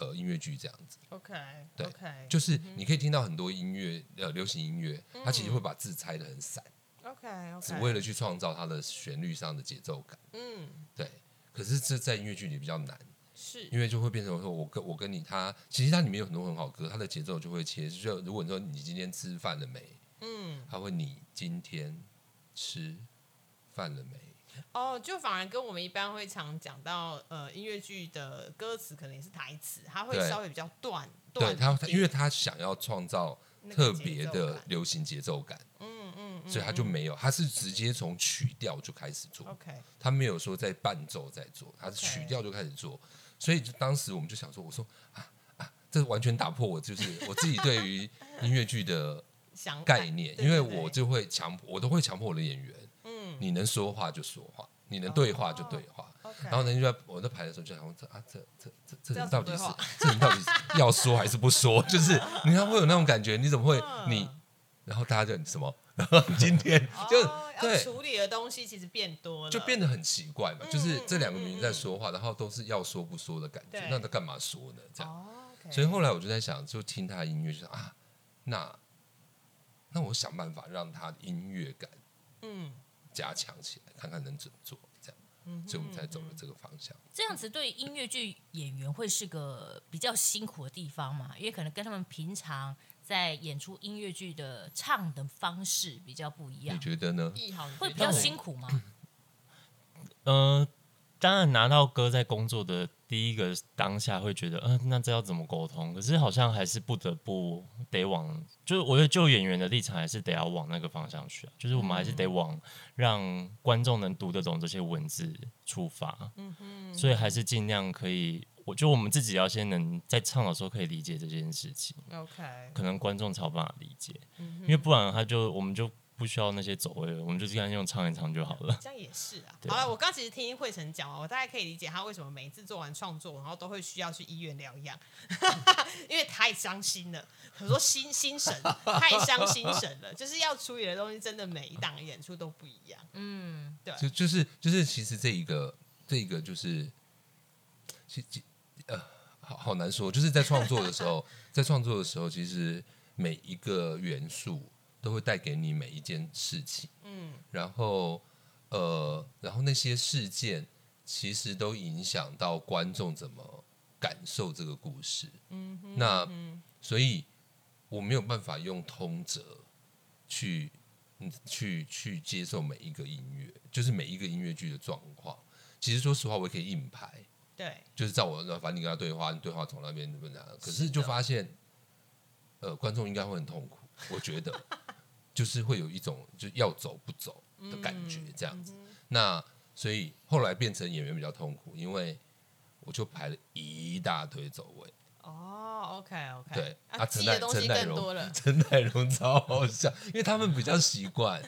S2: 呃音乐剧这样子，
S3: OK，
S2: 对
S3: o k
S2: 就是你可以听到很多音乐呃流行音乐，它其实会把字拆的很散，
S3: OK OK，
S2: 只为了去创造它的旋律上的节奏感，
S3: 嗯
S2: 对。可是这在音乐剧里比较难，
S3: 是
S2: 因为就会变成说，我跟我跟你他，其实它里面有很多很好歌，它的节奏就会切。就如果你说你今天吃饭了没，
S3: 嗯
S2: 他会你今天吃饭了没？
S3: 哦，就反而跟我们一般会常讲到呃音乐剧的歌词可能也是台词，它会
S2: 对
S3: 稍微比较断断
S2: 对
S3: 一
S2: 他，
S3: 点，
S2: 他因为他想要创造
S3: 那个
S2: 特
S3: 节
S2: 别
S3: 奏
S2: 的
S3: 感
S2: 流行节奏感，
S3: 嗯嗯嗯
S2: 所以他就没有，他是直接从曲调就开始做。
S3: OK
S2: 他没有说在伴奏在做，他是
S3: OK
S2: 曲调就开始做，所以就当时我们就想说，我说啊啊，这完全打破我就是我自己对于音乐剧的
S3: 想
S2: 概念，
S3: 对
S2: 因为
S3: 对嗯
S2: 我就会强，我都会强迫我的演员，
S3: 对
S2: 你能说话就说话，你能对话就
S3: 哦
S2: 对话。然后人就在我在排的时候就想说，这啊这这这这
S3: 这
S2: 人
S3: 样子
S2: 到底
S3: 对
S2: 是
S3: 话
S2: 这人到底是要说还是不说？ 就是你看会有那种感觉，你怎么会你？然后大家就很什么？然后今天就
S3: 嗯哦要
S2: 对，
S3: 处理的东西其实变多了，
S2: 就变得很奇怪嘛。就是
S3: 嗯
S2: 这两个
S3: 嗯
S2: 明明
S3: 嗯
S2: 在
S3: 嗯
S2: 说话，然后都是要说不说的感觉
S3: 对，
S2: 那他干嘛说呢？这样。
S3: 哦，OK，
S2: 所以后来我就在想，就听他的音乐，就想啊，那那我想办法让他的音乐感
S3: 嗯
S2: 加强起来，看看能怎么做，这样，
S3: 嗯哼，
S2: 所以我们才走了这个方向。
S4: 这样子对音乐剧演员会是个比较辛苦的地方嘛？因为可能跟他们平常在演出音乐剧的唱的方式比较不一样
S2: 你，觉得呢？
S3: 艺好
S4: 会比较辛苦吗？
S1: 嗯、当然拿到歌在工作的第一个当下会觉得，嗯、那这要怎么沟通？可是好像还是不得不得往，就是我觉得就演员的立场还是得要往那个方向去啊，就是我们还是得往让观众能读得懂这些文字出发，嗯哼，所以还是尽量可以。我觉得我们自己要先能在唱的时候可以理解这件事情，
S3: ，OK，
S1: 可能观众才有办法理解，
S4: 嗯
S1: 因为不然他就我们就不需要那些走位了，我们就这样用唱一唱就好了。
S3: 这样也是啊。
S1: 对
S3: 好了，我刚其实听慧晨讲完，我大概可以理解他为什么每一次做完创作，然后都会需要去医院疗 养，因为太伤心了。我说心心神太伤心神 了，就是要处理的东西，真的每一档演出都不一样。
S4: 嗯，
S2: 就就是就是，其实这一个这一个就是，其其呃，好好难说。就是在创作的时 候，在创作的时候，其实每一个元素都会带给你每一件事情，嗯，然后呃，然后那些事件其实都影响到观众怎么感受这个故事，嗯，那所以我没有办法用通则去嗯去去接受每一个音乐，就是每一个音乐剧的状况。其实说实话，我也可以硬排，
S3: 对，
S2: 就是在我那，反正你跟他对话，你对话从那边怎么样？可
S3: 是
S2: 是
S3: 的
S2: 就发现，呃，观众应该会很痛苦，我觉得，就是会有一种就要走不走的感觉，
S3: 嗯
S2: 这样子。那所以后来变成演员比较痛苦，因为我就排了一大堆走位。
S3: 哦，OK OK，
S2: 对
S3: 啊，
S2: 啊
S3: 记
S2: 陈
S3: 的
S2: 乃
S3: 东西
S2: 陈乃
S3: 更
S2: 荣
S3: 多了。
S2: 陈乃荣超好笑，因为他们比较习 惯，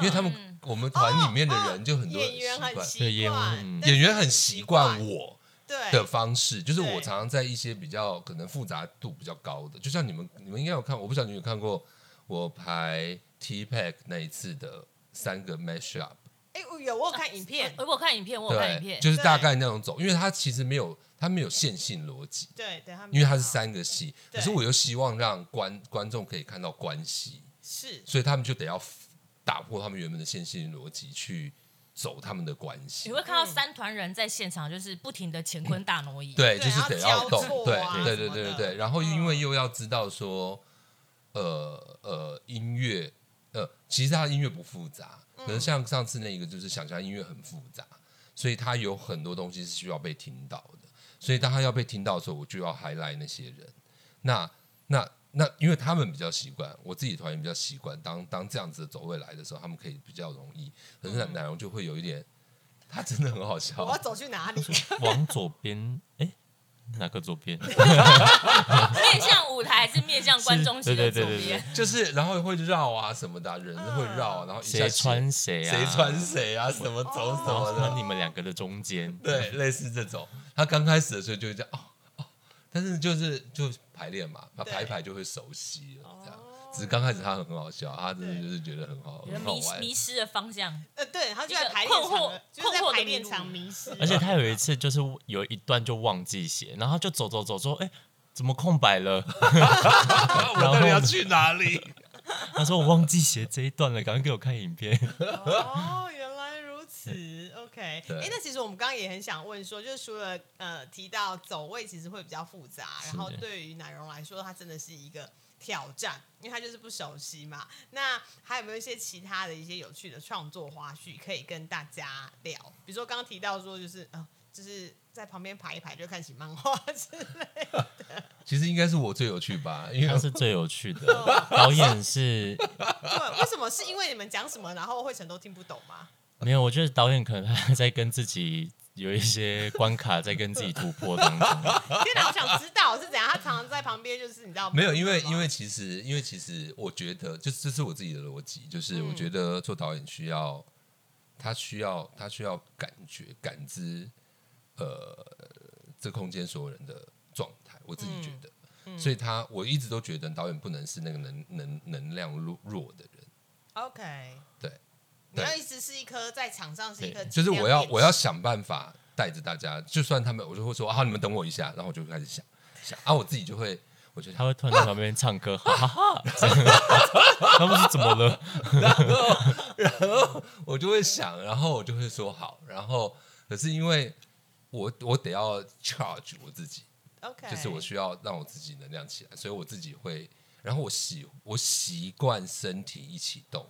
S2: 因为他们我们团里面的人就很多人
S3: 嗯哦演
S2: 习
S3: 员很
S2: 惯，
S3: 习
S1: 对演员
S3: 惯
S1: 嗯，
S3: 但
S2: 演员
S3: 是
S2: 很习惯
S3: 习
S2: 我
S3: 对
S2: 的方式，就是
S3: 对
S2: 我常常在一些比较可能复杂度比较高的，就像你们你们应该有看，我不知道你们有看过我排 T Pack 那一次的三个 mash up，
S3: 哎、我有我有看影片，
S4: 我有呃看影片，
S3: 哦
S4: 我有看影
S2: 对，
S4: 片，
S2: 就是大概那种走，因为它其实没有它没有线性逻辑，
S3: 对对，他们
S2: 因为它是
S3: 有
S2: 三个戏，
S3: 嗯对
S2: 可是我又希望让观观众可以看到关系。
S3: 是
S2: 所以他们就得要 f- 打破他们原本的线性逻辑，去走他们的关系
S4: 你。会看到三团人在现场就是不停的乾坤大挪移，
S2: 对，
S3: 对
S2: 就是得要动
S3: 要交，错
S2: 对
S3: 啊，
S2: 对，
S3: 什
S2: 对，
S3: 么
S2: 对，
S3: 的嗯
S2: 对。对然后因为又要知道说，呃呃，音乐，呃，其实它的音乐不复杂，可
S3: 嗯
S2: 是像上次那个就是想象音乐很复杂，所以它有很多东西是需要被听到的。所以当他要被听到的时候，我就要 highlight 那些人。那那那，因为他们比较习惯，我自己团员比较习惯，当当这样子的走位来的时候，他们可以比较容易。可是奶奶荣就会有一点，他真的很好笑
S3: 嗯我。要走去哪 里？
S1: 往左边，哎、哪个左 边？
S4: 面向舞台还是面向观 众席的
S1: 是对
S4: 左
S1: 对对对
S4: 边？
S2: 就是然后会绕啊什么的啊，人会绕啊，然后一下
S1: 谁穿
S2: 谁
S1: 谁啊？
S2: 谁穿谁啊，什么走什
S1: 然
S2: 么
S1: 后穿
S2: 的，
S1: 你们两个的中间。
S2: 对，类似这种。他刚开始的时候就会这样哦哦，但是就是就排练嘛，他
S3: 对
S2: 排一排就会熟悉了，这样。
S3: 哦
S2: 只是刚开始他很好笑，他真的就是觉得很好
S4: 有人
S2: 很好
S4: 迷
S2: 玩。
S4: 迷失了方向，
S3: 呃，对，他
S4: 一
S3: 就在
S4: 个
S3: 排
S4: 困
S3: 练场
S4: 惑
S3: 了，就是在
S4: 困惑的
S3: 排
S4: 迷
S3: 练
S4: 路
S3: 场迷失了，
S1: 而且他有一次就是有一段就忘记写，然后就走走走说，哎、怎么空白了？
S2: 啊我到底要去哪里？
S1: 他说我忘记写这一段了，赶快给我看影片。
S3: 哦，原来如此。OK，哎、
S2: 对
S3: 那其实我们刚刚也很想问说，就是除了呃提到走位其实会比较复杂，然后对于奶蓉来说，它真的是一个挑战，因为它就是不熟悉嘛。那还有没有一些其他的一些有趣的创作花絮可以跟大家聊？比如说刚刚提到说，就是呃，就是在旁边排一排就看起漫画之类的。
S2: 其实应该是我最有趣吧，因
S1: 他
S2: 为
S1: 是最有趣的， 导演是
S3: 对，为什么？是因为你们讲什么，然后慧晨都听不懂吗？
S1: 没有，我觉得导演可能还在跟自己有一些关卡在跟自己突破当中。
S3: 天哪，我想知道是怎样。他常常在旁边，就是你知道
S2: 没有，因为因为其实因为其实我觉得，就这是我自己的逻辑，就是我觉得做导演需要他需要他需要感觉感知，呃，这空间所有人的状态，我自己觉得，所以他我一直都觉得导演不能是那个能能能量弱弱的人，
S3: OK，
S2: 对，
S3: 你要一直是一颗在场上是一颗
S2: 对，
S3: 质
S2: 就
S3: 量点，
S2: 是我要我要想办法带着大家，就算他们我就会说啊，你们等我一下，然后我就开始想想啊，我自己就会我就想
S1: 他会突然在旁边唱歌，哈哈哈，他们是怎么了？
S2: 我就会想，然后我就会说好，然后可是因为我我得要 charge 我自己，
S3: OK，
S2: 就是我需要让我自己能量起来，所以我自己会，然后我习我习惯身体一起动，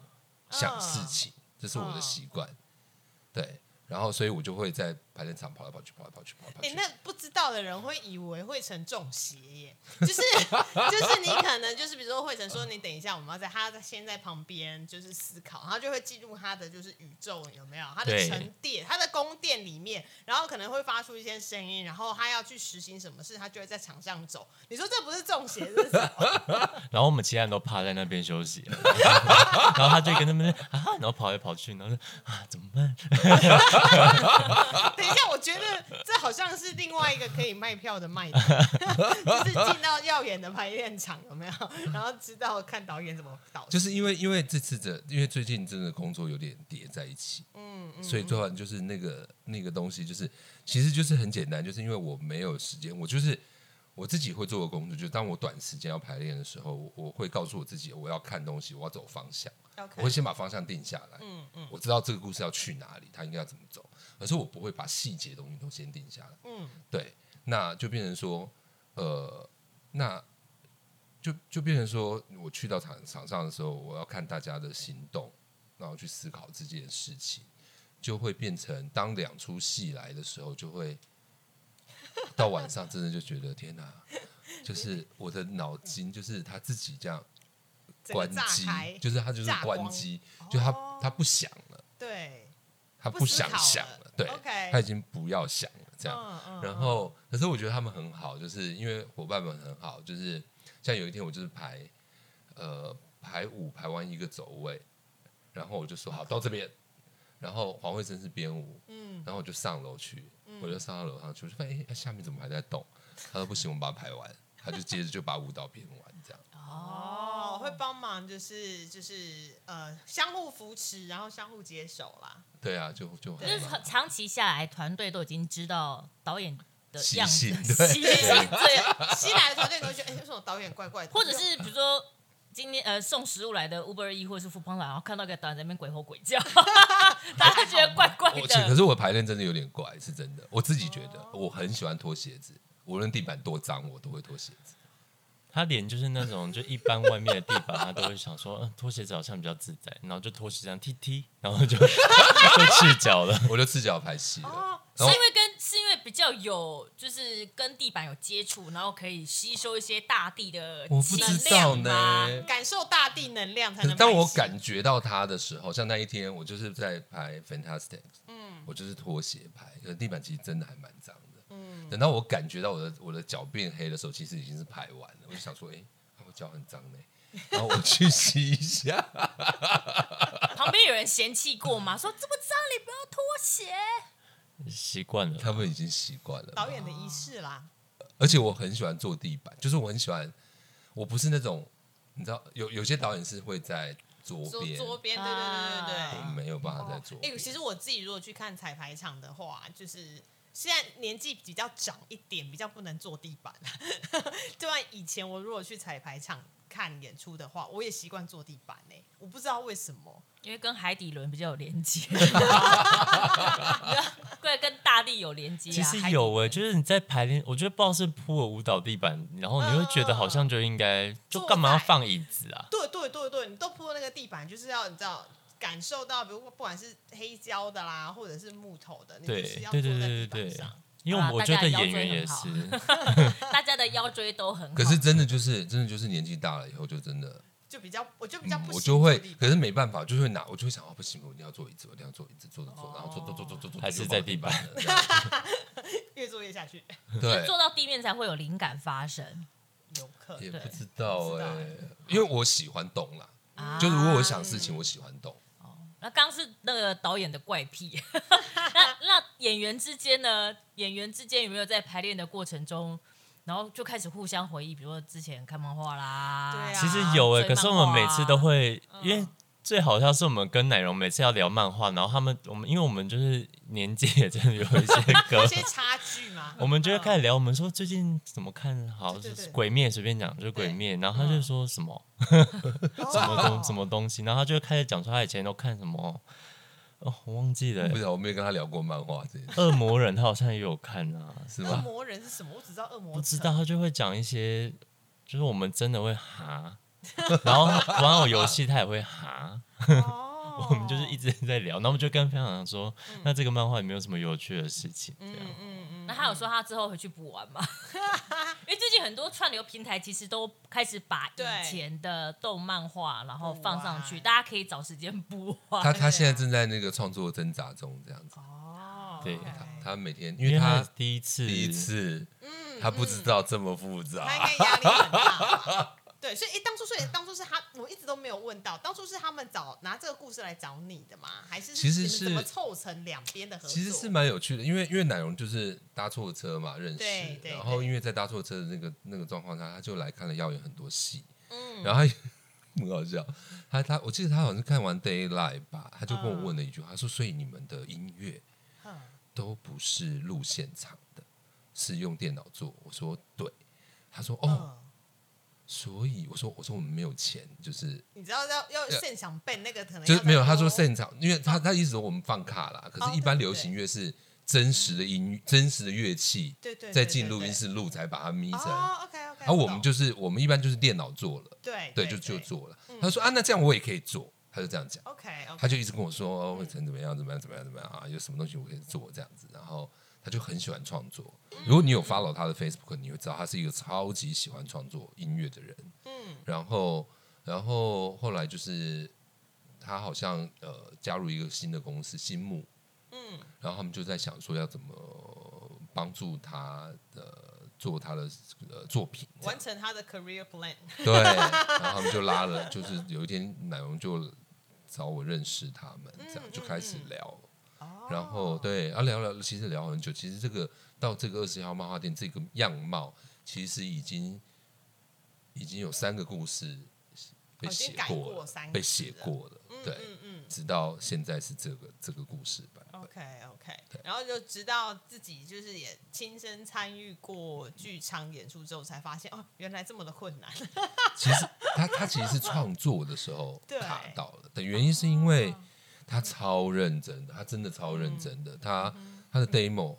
S2: 想事情，这是我的习惯，对，然后所以我就会在排练场跑来跑去，跑来跑去，跑来跑
S3: 哎、
S2: 去。
S3: 那不知道的人会以为会成中邪 耶，就是就是你可能就是比如说慧成说你等一下我们要在他在先在旁边就是思考，然后就会进入他的就是宇宙有没有他的
S1: 对
S3: 沉淀他的宫殿里面，然后可能会发出一些声音，然后他要去实行什么事，他就会在场上走。你说这不是中邪，这是什么
S1: 然后我们其他人都趴在那边休息， 然后他就跟他们啊，然后跑来跑去，然后说啊怎么办？
S3: 等一下，我觉得这好像是另外一个可以卖票的卖点，就是进到耀眼的排练场有没有，然后知道看导演怎么导。
S2: 就是因为因为这次的，因为最近真的工作有点叠在一起，嗯，所以最后就是那个那个东西，就是其实就是很简单，就是因为我没有时间，我就是我自己会做的工作，就当我短时间要排练的时候，我我会告诉我自己我要看东西，我要走方向。
S3: OK
S2: 我会先把方向定下来，嗯嗯，我知道这个故事要去哪里，它应该要怎么走，可是我不会把细节的东西都先定下来，嗯，对，那就变成说，呃，那就就变成说我去到场场上的时候，我要看大家的行动，然后去思考这件事情，就会变成当两出戏来的时候，就 会到晚上真的就觉得天哪，就是我的脑筋就是他自己这样。
S3: 整个
S2: 关
S3: 炸
S2: 机
S3: 开，
S2: 就是他就是
S3: 炸光
S2: 关机，就他他不想了，
S3: 对，
S2: 他
S3: 不
S2: 不
S3: 思
S2: 想
S3: 考
S2: 想
S3: 了
S2: 了，对
S3: OK
S2: 他已经不要想了这样。
S3: 嗯嗯，
S2: 然后，可是我觉得他们很好，就是因为伙伴们很好，就是像有一天我就是排呃排舞排完一个走位，然后我就说好到这边，然后黄慧珍是编舞，嗯，然后我就上楼去，
S3: 嗯
S2: 我就上到楼上去，我就发现哎下面怎么还在动？他说不行，我们把它排完，他就接着就把舞蹈编完这样。
S3: 哦，会帮忙就是就是呃相互扶持，然后相互接手啦。
S2: 对啊，就就
S4: 就
S2: 很
S4: 是
S2: 棒
S4: 很长期下来，团队都已经知道导演的
S2: 习
S4: 样子，
S2: 性 对
S4: 习性对，
S3: 新来的团队都会觉得，哎、为什么导演怪怪的？
S4: 或者是比如说今天呃送食物来的 Uber E 或者是富邦来，然后看到个导演在那边鬼吼鬼叫， 大家觉得怪怪
S2: 我其实可
S4: 的。
S2: 是我排练真的有点怪，是真的。我自己觉得，我很喜欢脱鞋子，无论地板多脏，我都会脱鞋子。
S1: 他脸就是那种，就一般外面的地板，他都会想说，嗯，拖鞋子好像比较自在，然后就拖鞋这样踢踢，然后就 就赤脚了。
S2: 我就赤脚排戏了。
S4: 是
S2: 然
S4: 因
S2: 后
S4: 为跟是因为比较有就是跟地板有接触，然后可以吸收一些大地的
S2: 我不
S4: 能
S2: 知道
S4: 量啊吗？
S2: 呢。
S3: 感受大地能量
S2: 可
S3: 才
S2: 是
S3: 能。
S2: 当我，感觉到它的时候，像那一天，我就是在排 Fantastic，嗯，我就是拖鞋排，可是地板其实真的还蛮脏的。嗯，等到我感觉到我的我的脚变黑的时候，其实已经是排完了。我就想说，哎、啊我脚很脏呢、然后我去 洗一下。
S4: 旁边有人嫌弃过吗？说这么脏，你不要脱鞋。
S1: 习惯了，
S2: 他们已经习惯了。
S3: 导演的仪式啦。
S2: 而且我很喜欢坐地板，就是我很喜欢，我不是那种你知道，有有些导演是会在哦桌
S3: 桌
S2: 边，
S3: 桌边，对对对对
S4: 啊
S3: 对
S2: 我。没有办法在桌
S3: 哎、
S2: 边。
S3: 其实我自己如果去看彩排场的话，就是现在年纪比较长一点，比较不能坐地板。 就像以前我如果去彩排场看演出的话，我也习惯坐地板呢、我不知道为什么。
S4: 因为跟海底轮比较有连 接，对，跟大地有连接、啊。
S1: 其实
S4: 海底
S1: 有诶、
S4: 轮
S1: 就是你在排练，我觉得不知道是铺了舞蹈地板，然后你会觉得好
S3: 嗯
S1: 像就应该，就干嘛要放椅子啊？
S3: 对对对对，你都铺那个地板，就是要你知道感受到，比如不管是黑胶的啦，或者是木头的，你就
S1: 对
S3: 是要
S1: 对
S3: 坐
S1: 对
S3: 在
S1: 对
S3: 地
S1: 对
S3: 板
S1: 对
S3: 上。，
S1: 因为
S4: 啊
S1: 我
S4: 大
S1: 觉
S4: 家
S1: 得
S4: 腰
S1: 演
S4: 椎
S1: 员也
S4: 很好
S1: 是，
S4: 大家的腰椎都很好，
S2: 可是真的就是真的就是年纪大了以后，就真的，
S3: 就比较我就比较
S2: 嗯
S3: 不、喜
S2: 我
S3: 欢
S2: 就会
S3: 坐地，板
S2: 可是没办法，就会拿，我就会想，哦，不行，我一定要坐椅子，我一定要坐椅子，坐着坐，然后坐坐坐坐坐坐，
S3: 哦
S1: 还是在地板
S2: 就忘了
S3: 越坐越下去，
S2: 这 样
S4: 坐到地面才会有灵感发生。
S3: 游 客
S2: 对，也
S4: 对
S2: 不知道欸
S3: 不知道
S2: 哎，因为我喜欢动啦，
S4: 啊
S2: 就如果我想事情，我喜欢动，
S4: 那刚刚是那个导演的怪癖。 那那演员之间呢？演员之间有没有在排练的过程中，然后就开始互相回忆，比如说之前看漫画啦，
S3: 对啊
S1: 其实有诶、
S4: 追
S1: 可是我们每次都会，
S4: 漫画啊
S1: 因
S3: 嗯
S1: 为最好笑是我们跟奶蓉每次要聊漫画，然后他们我们因为我们就是年纪也真的有一 些隔
S3: 有，些差距嘛。
S1: 我们就会开
S3: 始
S1: 始聊，我们说最近怎么看好，
S3: 嗯
S1: 就
S3: 对对嗯
S1: 是
S3: 对
S1: 鬼灭随便讲就是鬼灭，然后他就说什么
S3: 什
S1: 什么东 什么东西，然后他就开始讲出他以前都看什么，哦，我忘记了
S3: 啊
S2: 不
S1: 欸、
S2: 知道我没有跟他聊过漫画这件事，
S1: 恶魔人他好像也有看啊，
S2: 是
S3: 恶
S2: 吗？
S3: 魔人是什么？我只知道恶
S1: 不
S3: 魔城
S1: 知道，他就会讲一些，就是我们真的会哈，然后玩偶游戏他也会哈，，
S3: 哦
S1: 我们就是一直在聊，然后我们就跟分享说，那这个漫画有没有什么有趣的事情？这样，
S3: 嗯嗯，
S4: 那他有说他之后回去补完吗？ 因为最近很多串流平台其实都开始把
S3: 对
S4: 以前的动漫画然后
S3: 补
S4: 放上去，
S3: 完
S4: 大家可以找时间补
S2: 他
S4: 完。
S2: 他现在正在那个创作挣扎中，这样子。
S3: 哦，
S1: 对
S3: OK
S2: 他他每天，
S1: 因
S2: 因为
S1: 为他
S2: 他
S1: 是第一次，
S2: 第一次，他不知道这么复
S3: 嗯他应
S2: 杂。
S3: 该压力很大。对，所以诶，当初所以当初是他，我一直都没有问到，当初是他们找拿这个故事来找你的吗？还是
S2: 其实
S3: 你们
S2: 是
S3: 怎么凑成两边的合作？
S2: 其实是蛮有趣的，因为因为奶蓉就是搭错车嘛认识
S3: 对，对
S2: 然后
S3: 对
S2: 因为在搭错车的那个那个状况下，他就来看了耀眼很多戏，
S3: 嗯，
S2: 然后他 很好笑，他他我记得他好像是看完《Daylight》吧，他就跟我问了一句话，他说：“所以你们的音乐
S3: 嗯
S2: 都不是录现场的，是用电脑做？”我说：“对。”他说：“
S3: 嗯
S2: 哦，所以我说我说我们没有钱，就是
S3: 嗯，你知道要要
S2: 对
S3: 现场背那个可能
S2: 呃就是没有。”
S3: 要再
S2: 他说
S3: 多
S2: 现场，因为他他一直说我们放卡啦，可
S3: 哦
S2: 是，一般
S3: 对对
S2: 流行乐是真实的音真实的乐器，
S3: 对对，对
S2: 再进录音。室录才把它咪
S3: 对对
S2: 成。
S3: 哦，OK OK，
S2: 然后我们就是我们一般就是电脑做了，
S3: 对嗯
S2: 对，就就做了。他说啊，那这样我也可以做，他就这样讲。
S3: OK OK，
S2: 他就一直跟我说哦会成怎么样怎么样怎么样怎么样啊，有什么东西我可以做这样子，然后他就很喜欢创作。如果你有 follow 他的 Facebook，你会知道他是一个超级喜欢创作音乐的人。嗯，然后然后后来就是他好像呃加入一个新的公司新木，嗯，然后他们就在想说要怎么帮助他的做他的呃作品这样
S3: 完成他的 career plan，
S2: 对，然后他们就拉了，就是有一天奶蓉就找我认识他们，
S3: 嗯
S2: 这样就开始聊。
S3: 哦
S2: 然后对，啊聊聊，其实聊很久。其实这个到这个二十号漫画店这个样貌，其实已经已经有三个故事被
S3: 哦已经
S2: 写
S3: 改
S2: 过
S3: 过
S2: 了，
S3: 三
S2: 被
S3: 次
S2: 写
S3: 了
S2: 过了。对，
S3: 嗯嗯
S2: 直到现在是这个这个故事版本。
S3: ，OK OK，
S2: 对
S3: 然后就直到自己就是也亲身参与过剧场演出之后，才发现哦，原来这么的困难。
S2: 其实他他其实是创作的时候
S3: 对嗯
S2: 卡到了的原因，是因为他超认真的，他真的超认真的，
S3: 嗯
S2: 他他的 demo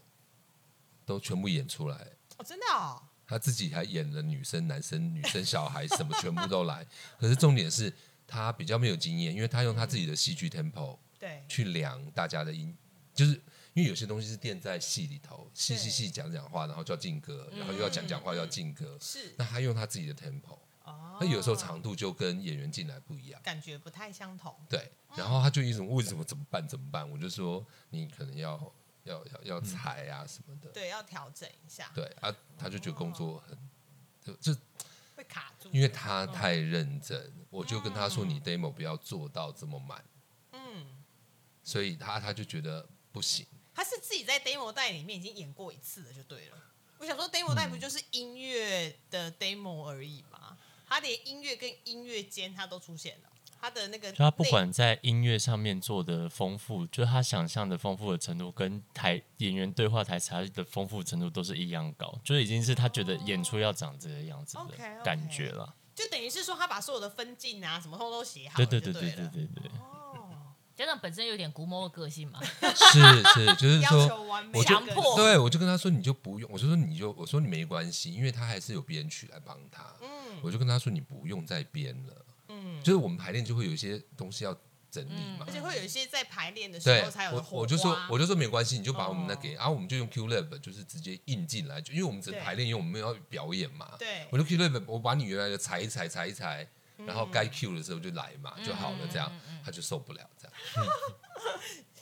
S2: 都全部演出来，
S3: 哦，真的哦，
S2: 他自己还演了女生、男生、女生、小孩什么全部都来。可是重点是他比较没有经验，因为他用他自己的戏剧 tempo
S3: 对，
S2: 去量大家的音，就是因为有些东西是垫在戏里头，戏
S3: 对嗯
S2: 戏戏讲讲话，然后就要进歌，然后又要讲讲话又要进歌，
S3: 是
S2: 那他用他自己的 tempo。
S3: 哦，
S2: 那有时候长度就跟演员进来不一样，
S3: 感觉不太相同。
S2: 对。然后他就一直问为什么怎么办怎么办，我就说你可能要要要要裁啊什么的，
S3: 对，要调整一下，
S2: 对啊，他就觉得工作很就就
S3: 会卡住。
S2: 因为
S3: 哦
S2: 他太认真，我就跟他说你 demo 不要做到这么满，
S3: 嗯，
S2: 所以他他就觉得不行，
S3: 他是自己在 demo 带里面已经演过一次了，就对了。我想说，demo 带不就是音乐的 demo 而已吗？他连音乐跟音乐间他都出现了，他的那个
S1: 就他不
S3: 内
S1: 管在音乐上面做的丰富，就是他想象的丰富的程度，跟台演员对话台词他的丰富程度都是一样高，就已经是他觉得演出要长这个样子
S3: 哦，OK，OK
S1: 的感觉了。
S3: 就等于是说他把所有的分镜啊什么通通都写好
S1: 对
S3: 了，
S1: 对
S3: 就
S1: 对
S3: 对
S1: 对
S3: 了
S1: 对对对，
S3: 哦，
S4: 家长本身有点古魔的个性嘛，
S2: 是是，就是
S3: 要求
S2: 说。
S3: 完美，
S2: 我就
S4: 强迫
S2: 对，我就跟他说，你就不用。我就说你就，我说你没关系，因为他还是有编曲来帮他。
S3: 嗯
S2: 我就跟他说，你不用再编了。
S3: 嗯，
S2: 就是我们排练就会有一些东西要整理嘛
S3: 而。且会有一些在排练的时
S2: 对
S3: 候才，有的
S2: 我
S3: 火花
S2: 我就说我就说没关系，你就把我们那
S3: 哦
S2: 给，然后、我们就用 Q Lab，就是直接印进来，就因为我们只是
S3: 对
S2: 排练，因为我们要表演嘛。
S3: 对嗯
S2: 我就 Q Lab，我把你原来的裁一裁，裁一裁，然后该 Q 的时候就来嘛，就好了，这样他就受不了这样。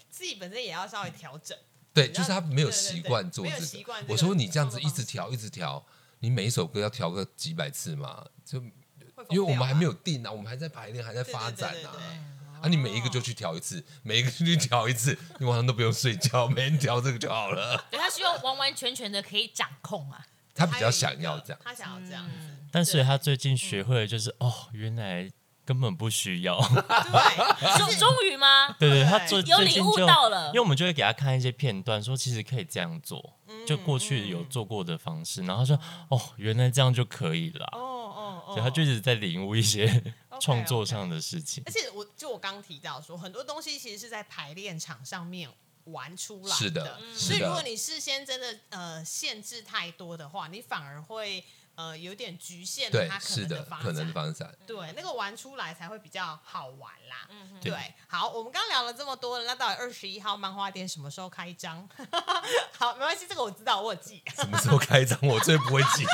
S3: 自己本身也要稍微调整，
S2: 对，
S3: 你
S2: 就是
S3: 要
S2: 他没有
S3: 对对
S2: 习
S3: 对
S2: 惯做
S3: 没
S2: 这
S3: 有
S2: 个。
S3: 习惯这
S2: 我
S3: 个
S2: 说你这样子
S3: 创
S2: 一
S3: 作
S2: 直
S3: 方
S2: 调一直调，你每一首歌要调个几百次嘛，就
S3: 会疯
S2: 因为我
S3: 掉
S2: 们还
S3: 吧
S2: 没有定啊，我们还在排练，还在
S3: 对
S2: 发
S3: 对对
S2: 展
S3: 对
S2: 啊。
S3: 对
S2: 啊，啊，你每一个就去调一次，每一个就去调一次，你晚上都不用睡觉， 每天调这个就好了。
S4: 对他希望完完全全的可以掌控 啊，
S2: 他比较想要这样，
S3: 他想要这样子，
S1: 但所以他最
S3: 嗯
S1: 近学会了，就是哦，原来根本不需 要。
S3: 对，
S4: 终终于吗？
S1: 对对，
S3: 对
S1: 他最
S4: 有
S1: 最
S4: 领
S1: 近
S4: 悟
S1: 就
S4: 到了
S1: 因为我们就会给他看一些片段，说其实可以这样做，就过去
S3: 嗯
S1: 有做过的方式，然后他说哦，原来这样就可以
S3: 哦
S1: 了，
S3: 哦
S1: 所
S3: 哦，
S1: 以他就一直在领悟一些
S3: OK，
S1: 创作上的事情
S3: 而。且我就我刚提到说，很多东西其实是在排练场上面玩出来
S2: 是
S3: 的嗯
S2: 的，
S3: 所以
S2: 是
S3: 如果
S2: 的，
S3: 你事先真的呃限制太多的话，你反而会呃有点局限了
S2: 对
S3: 它，可
S2: 是
S3: 能
S2: 的
S3: 的，发
S2: 可
S3: 展。
S2: 能的方向。
S3: 对，那个玩出来才会比较好玩啦。
S4: 嗯
S3: 对，好，我们刚聊了这么多了，那到底二十一号漫画店什么时候开张？ 好，没关系，这个我知道，我 有记。
S2: 什么时候开张？我最不会记。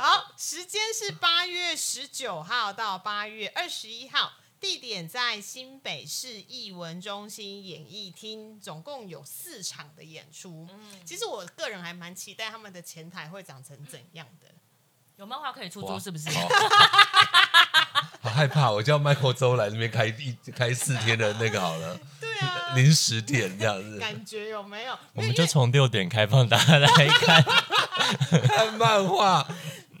S3: 好，时间是八月十九号到八月二十一号，地点在新北市艺文中心演艺厅，总共有四场的演出。
S1: 嗯
S3: 其实我个人还蛮期待他们的前台会长成怎样的。
S4: 有漫画可以出租
S2: 哇
S4: 是不是？
S2: 好 好害怕，我叫 Michael 周来那边开一开四天的那个好了，
S3: 对啊，
S2: 零十点这样子，
S3: 感觉有没有？
S1: 我们就从六点开放大家来看，
S2: 看漫画，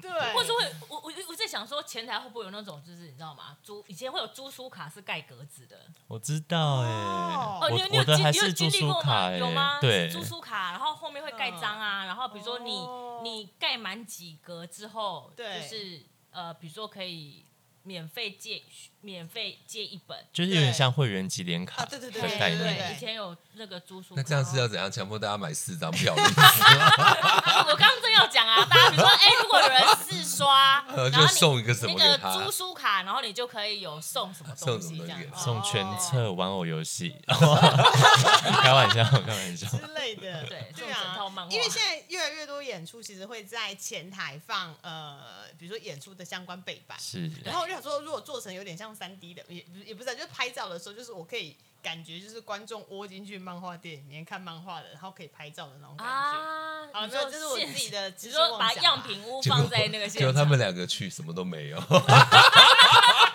S3: 对，
S4: 或者会，我我我在想说，前台会不会有那种，就是你知道吗？租以前会有租书卡是盖格子的，
S1: 我知道
S3: 哦
S1: 哎，
S4: 哦，你有
S1: 我
S4: 你有
S1: 我的
S4: 经
S1: 还
S4: 你有
S1: 是
S4: 经
S1: 住
S4: 历
S1: 书
S4: 过
S1: 卡
S4: 吗？
S1: 哎
S4: 有
S2: 欸
S4: 吗？，
S1: 对，
S4: 租书卡，然后后面会盖章啊，然后比如说你
S3: 嗯哦
S4: 你盖满几格之后，就
S3: 对
S4: 是呃，比如说可以免费借免费借一本，
S1: 就是有点
S3: 对
S1: 像会员集点卡
S3: 啊对对
S1: 的
S3: 对
S1: 概
S3: 对
S1: 念。
S4: 以前有那个租书卡，
S2: 那这样是要怎样强迫大家买四张 票？
S4: 啊我刚刚正要讲啊，大家比如说，哎，如果有人试 刷，
S2: 呃
S4: 然后
S2: 就送一个什
S4: 你
S2: 么
S4: 那
S2: 给
S4: 个
S2: 他
S4: 租书卡，然后你就可以有送什么东
S2: 送什
S4: 西
S2: 么东
S4: 这
S2: 西
S4: 样
S2: 给
S4: 子
S2: 他。
S1: 送全
S4: 哦
S1: 册玩偶游戏， 开玩笑，开玩笑。
S3: 之类的，
S4: 对
S3: 对
S4: 这种整套漫
S3: 啊，
S4: 画
S3: 因为现在越来越多演出其实会在前台放呃，比如说演出的相关背板，
S1: 是，
S3: 然后我就想说，如果做成有点像三 D 的，也不是也不是啊，就是拍照的时候，就是我可以感觉就是观众窝进去漫画店里面看漫画的，然后可以拍照的那种感觉。
S4: 啊，
S3: 好
S4: 你
S3: 那
S4: 说
S3: 这是我
S4: 现
S3: 自己的
S4: 只
S3: 只是
S4: 说把
S3: 妄想啊
S4: 样
S3: 啦
S4: 品屋
S2: 结果
S4: 放在那个现
S2: 结果
S4: 场，
S2: 他们两个去什么都没有，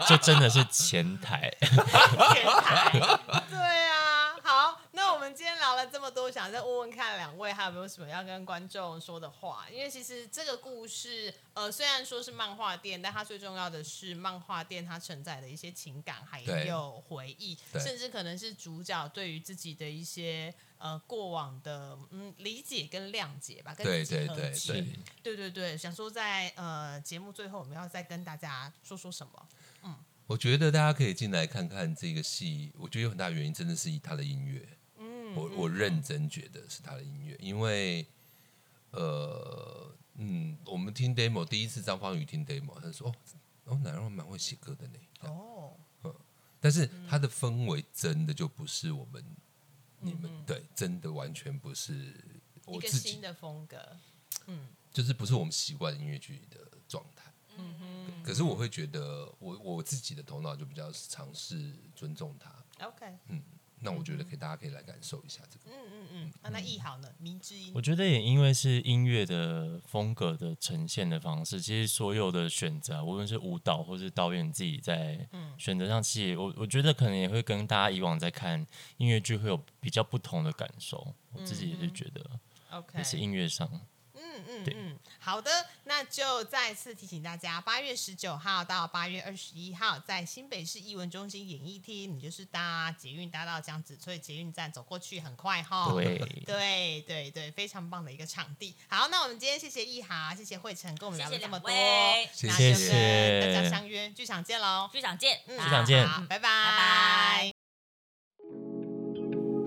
S1: 就真的是前台。
S3: 天才，对啊。好，那我们今天聊了这么多，想再问问看两位还有没有什么要跟观众说的话？因为其实这个故事，呃，虽然说是漫画店，但它最重要的是漫画店它承载的一些情感，还
S2: 对
S3: 有回忆，
S2: 对
S3: 甚至可能是主角对于自己的一些呃过往的嗯理解跟谅解吧，跟
S2: 对
S3: 自己
S2: 对
S3: 和
S2: 对
S3: 解
S2: 对，
S3: 对对对想说在呃节目最后我们要再跟大家说说什么？
S2: 我觉得大家可以进来看看这个戏，我觉得有很大原因真的是以他的音乐，嗯，我我认真觉得是他的音乐，因为呃嗯，我们听 demo 第一次张方宇听 demo，他就说哦哦，奶酪蛮会写歌的呢，
S3: 哦，
S2: 但是他的氛围真的就不是我们你们对，真的完全不是
S3: 嗯一
S2: 我
S3: 个
S2: 自
S3: 新
S2: 己，
S3: 的风格。
S2: 就是不是我们习惯音乐剧的状态。
S3: 嗯哼
S2: 可是我会觉得我，我自己的头脑就比较尝试尊重他。
S3: ，OK，
S2: 那我觉得可以，大家可以来感受一下这个。
S3: 嗯嗯嗯，啊那易好呢？迷之音
S1: 我觉得也因为是音乐的风格的呈现的方式，其实所有的选择，啊无论是舞蹈或是导演自己在选择上，其实我我觉得可能也会跟大家以往在看音乐剧会有比较不同的感受。我自己也是觉得，
S3: ，OK，
S1: 也是音乐上。
S3: 嗯嗯
S1: 对
S3: 嗯，好的，那就再次提醒大家，八月十九号到八月二十一号，在新北市艺文中心演艺厅，你就是搭捷运搭到江子翠捷运站走过去，很快哈。
S1: 对，
S3: 哦对对对，非常棒的一个场地。好，那我们今天谢谢易豪，谢谢慧晨跟我们嗯聊
S4: 谢谢
S3: 了这么
S4: 两
S3: 多，
S4: 位，
S2: 谢
S3: 那
S1: 谢
S3: 就跟大家
S1: 谢
S3: 相约剧场见喽，
S4: 局长见，
S3: 嗯
S1: 剧场见
S3: 好拜拜
S4: 拜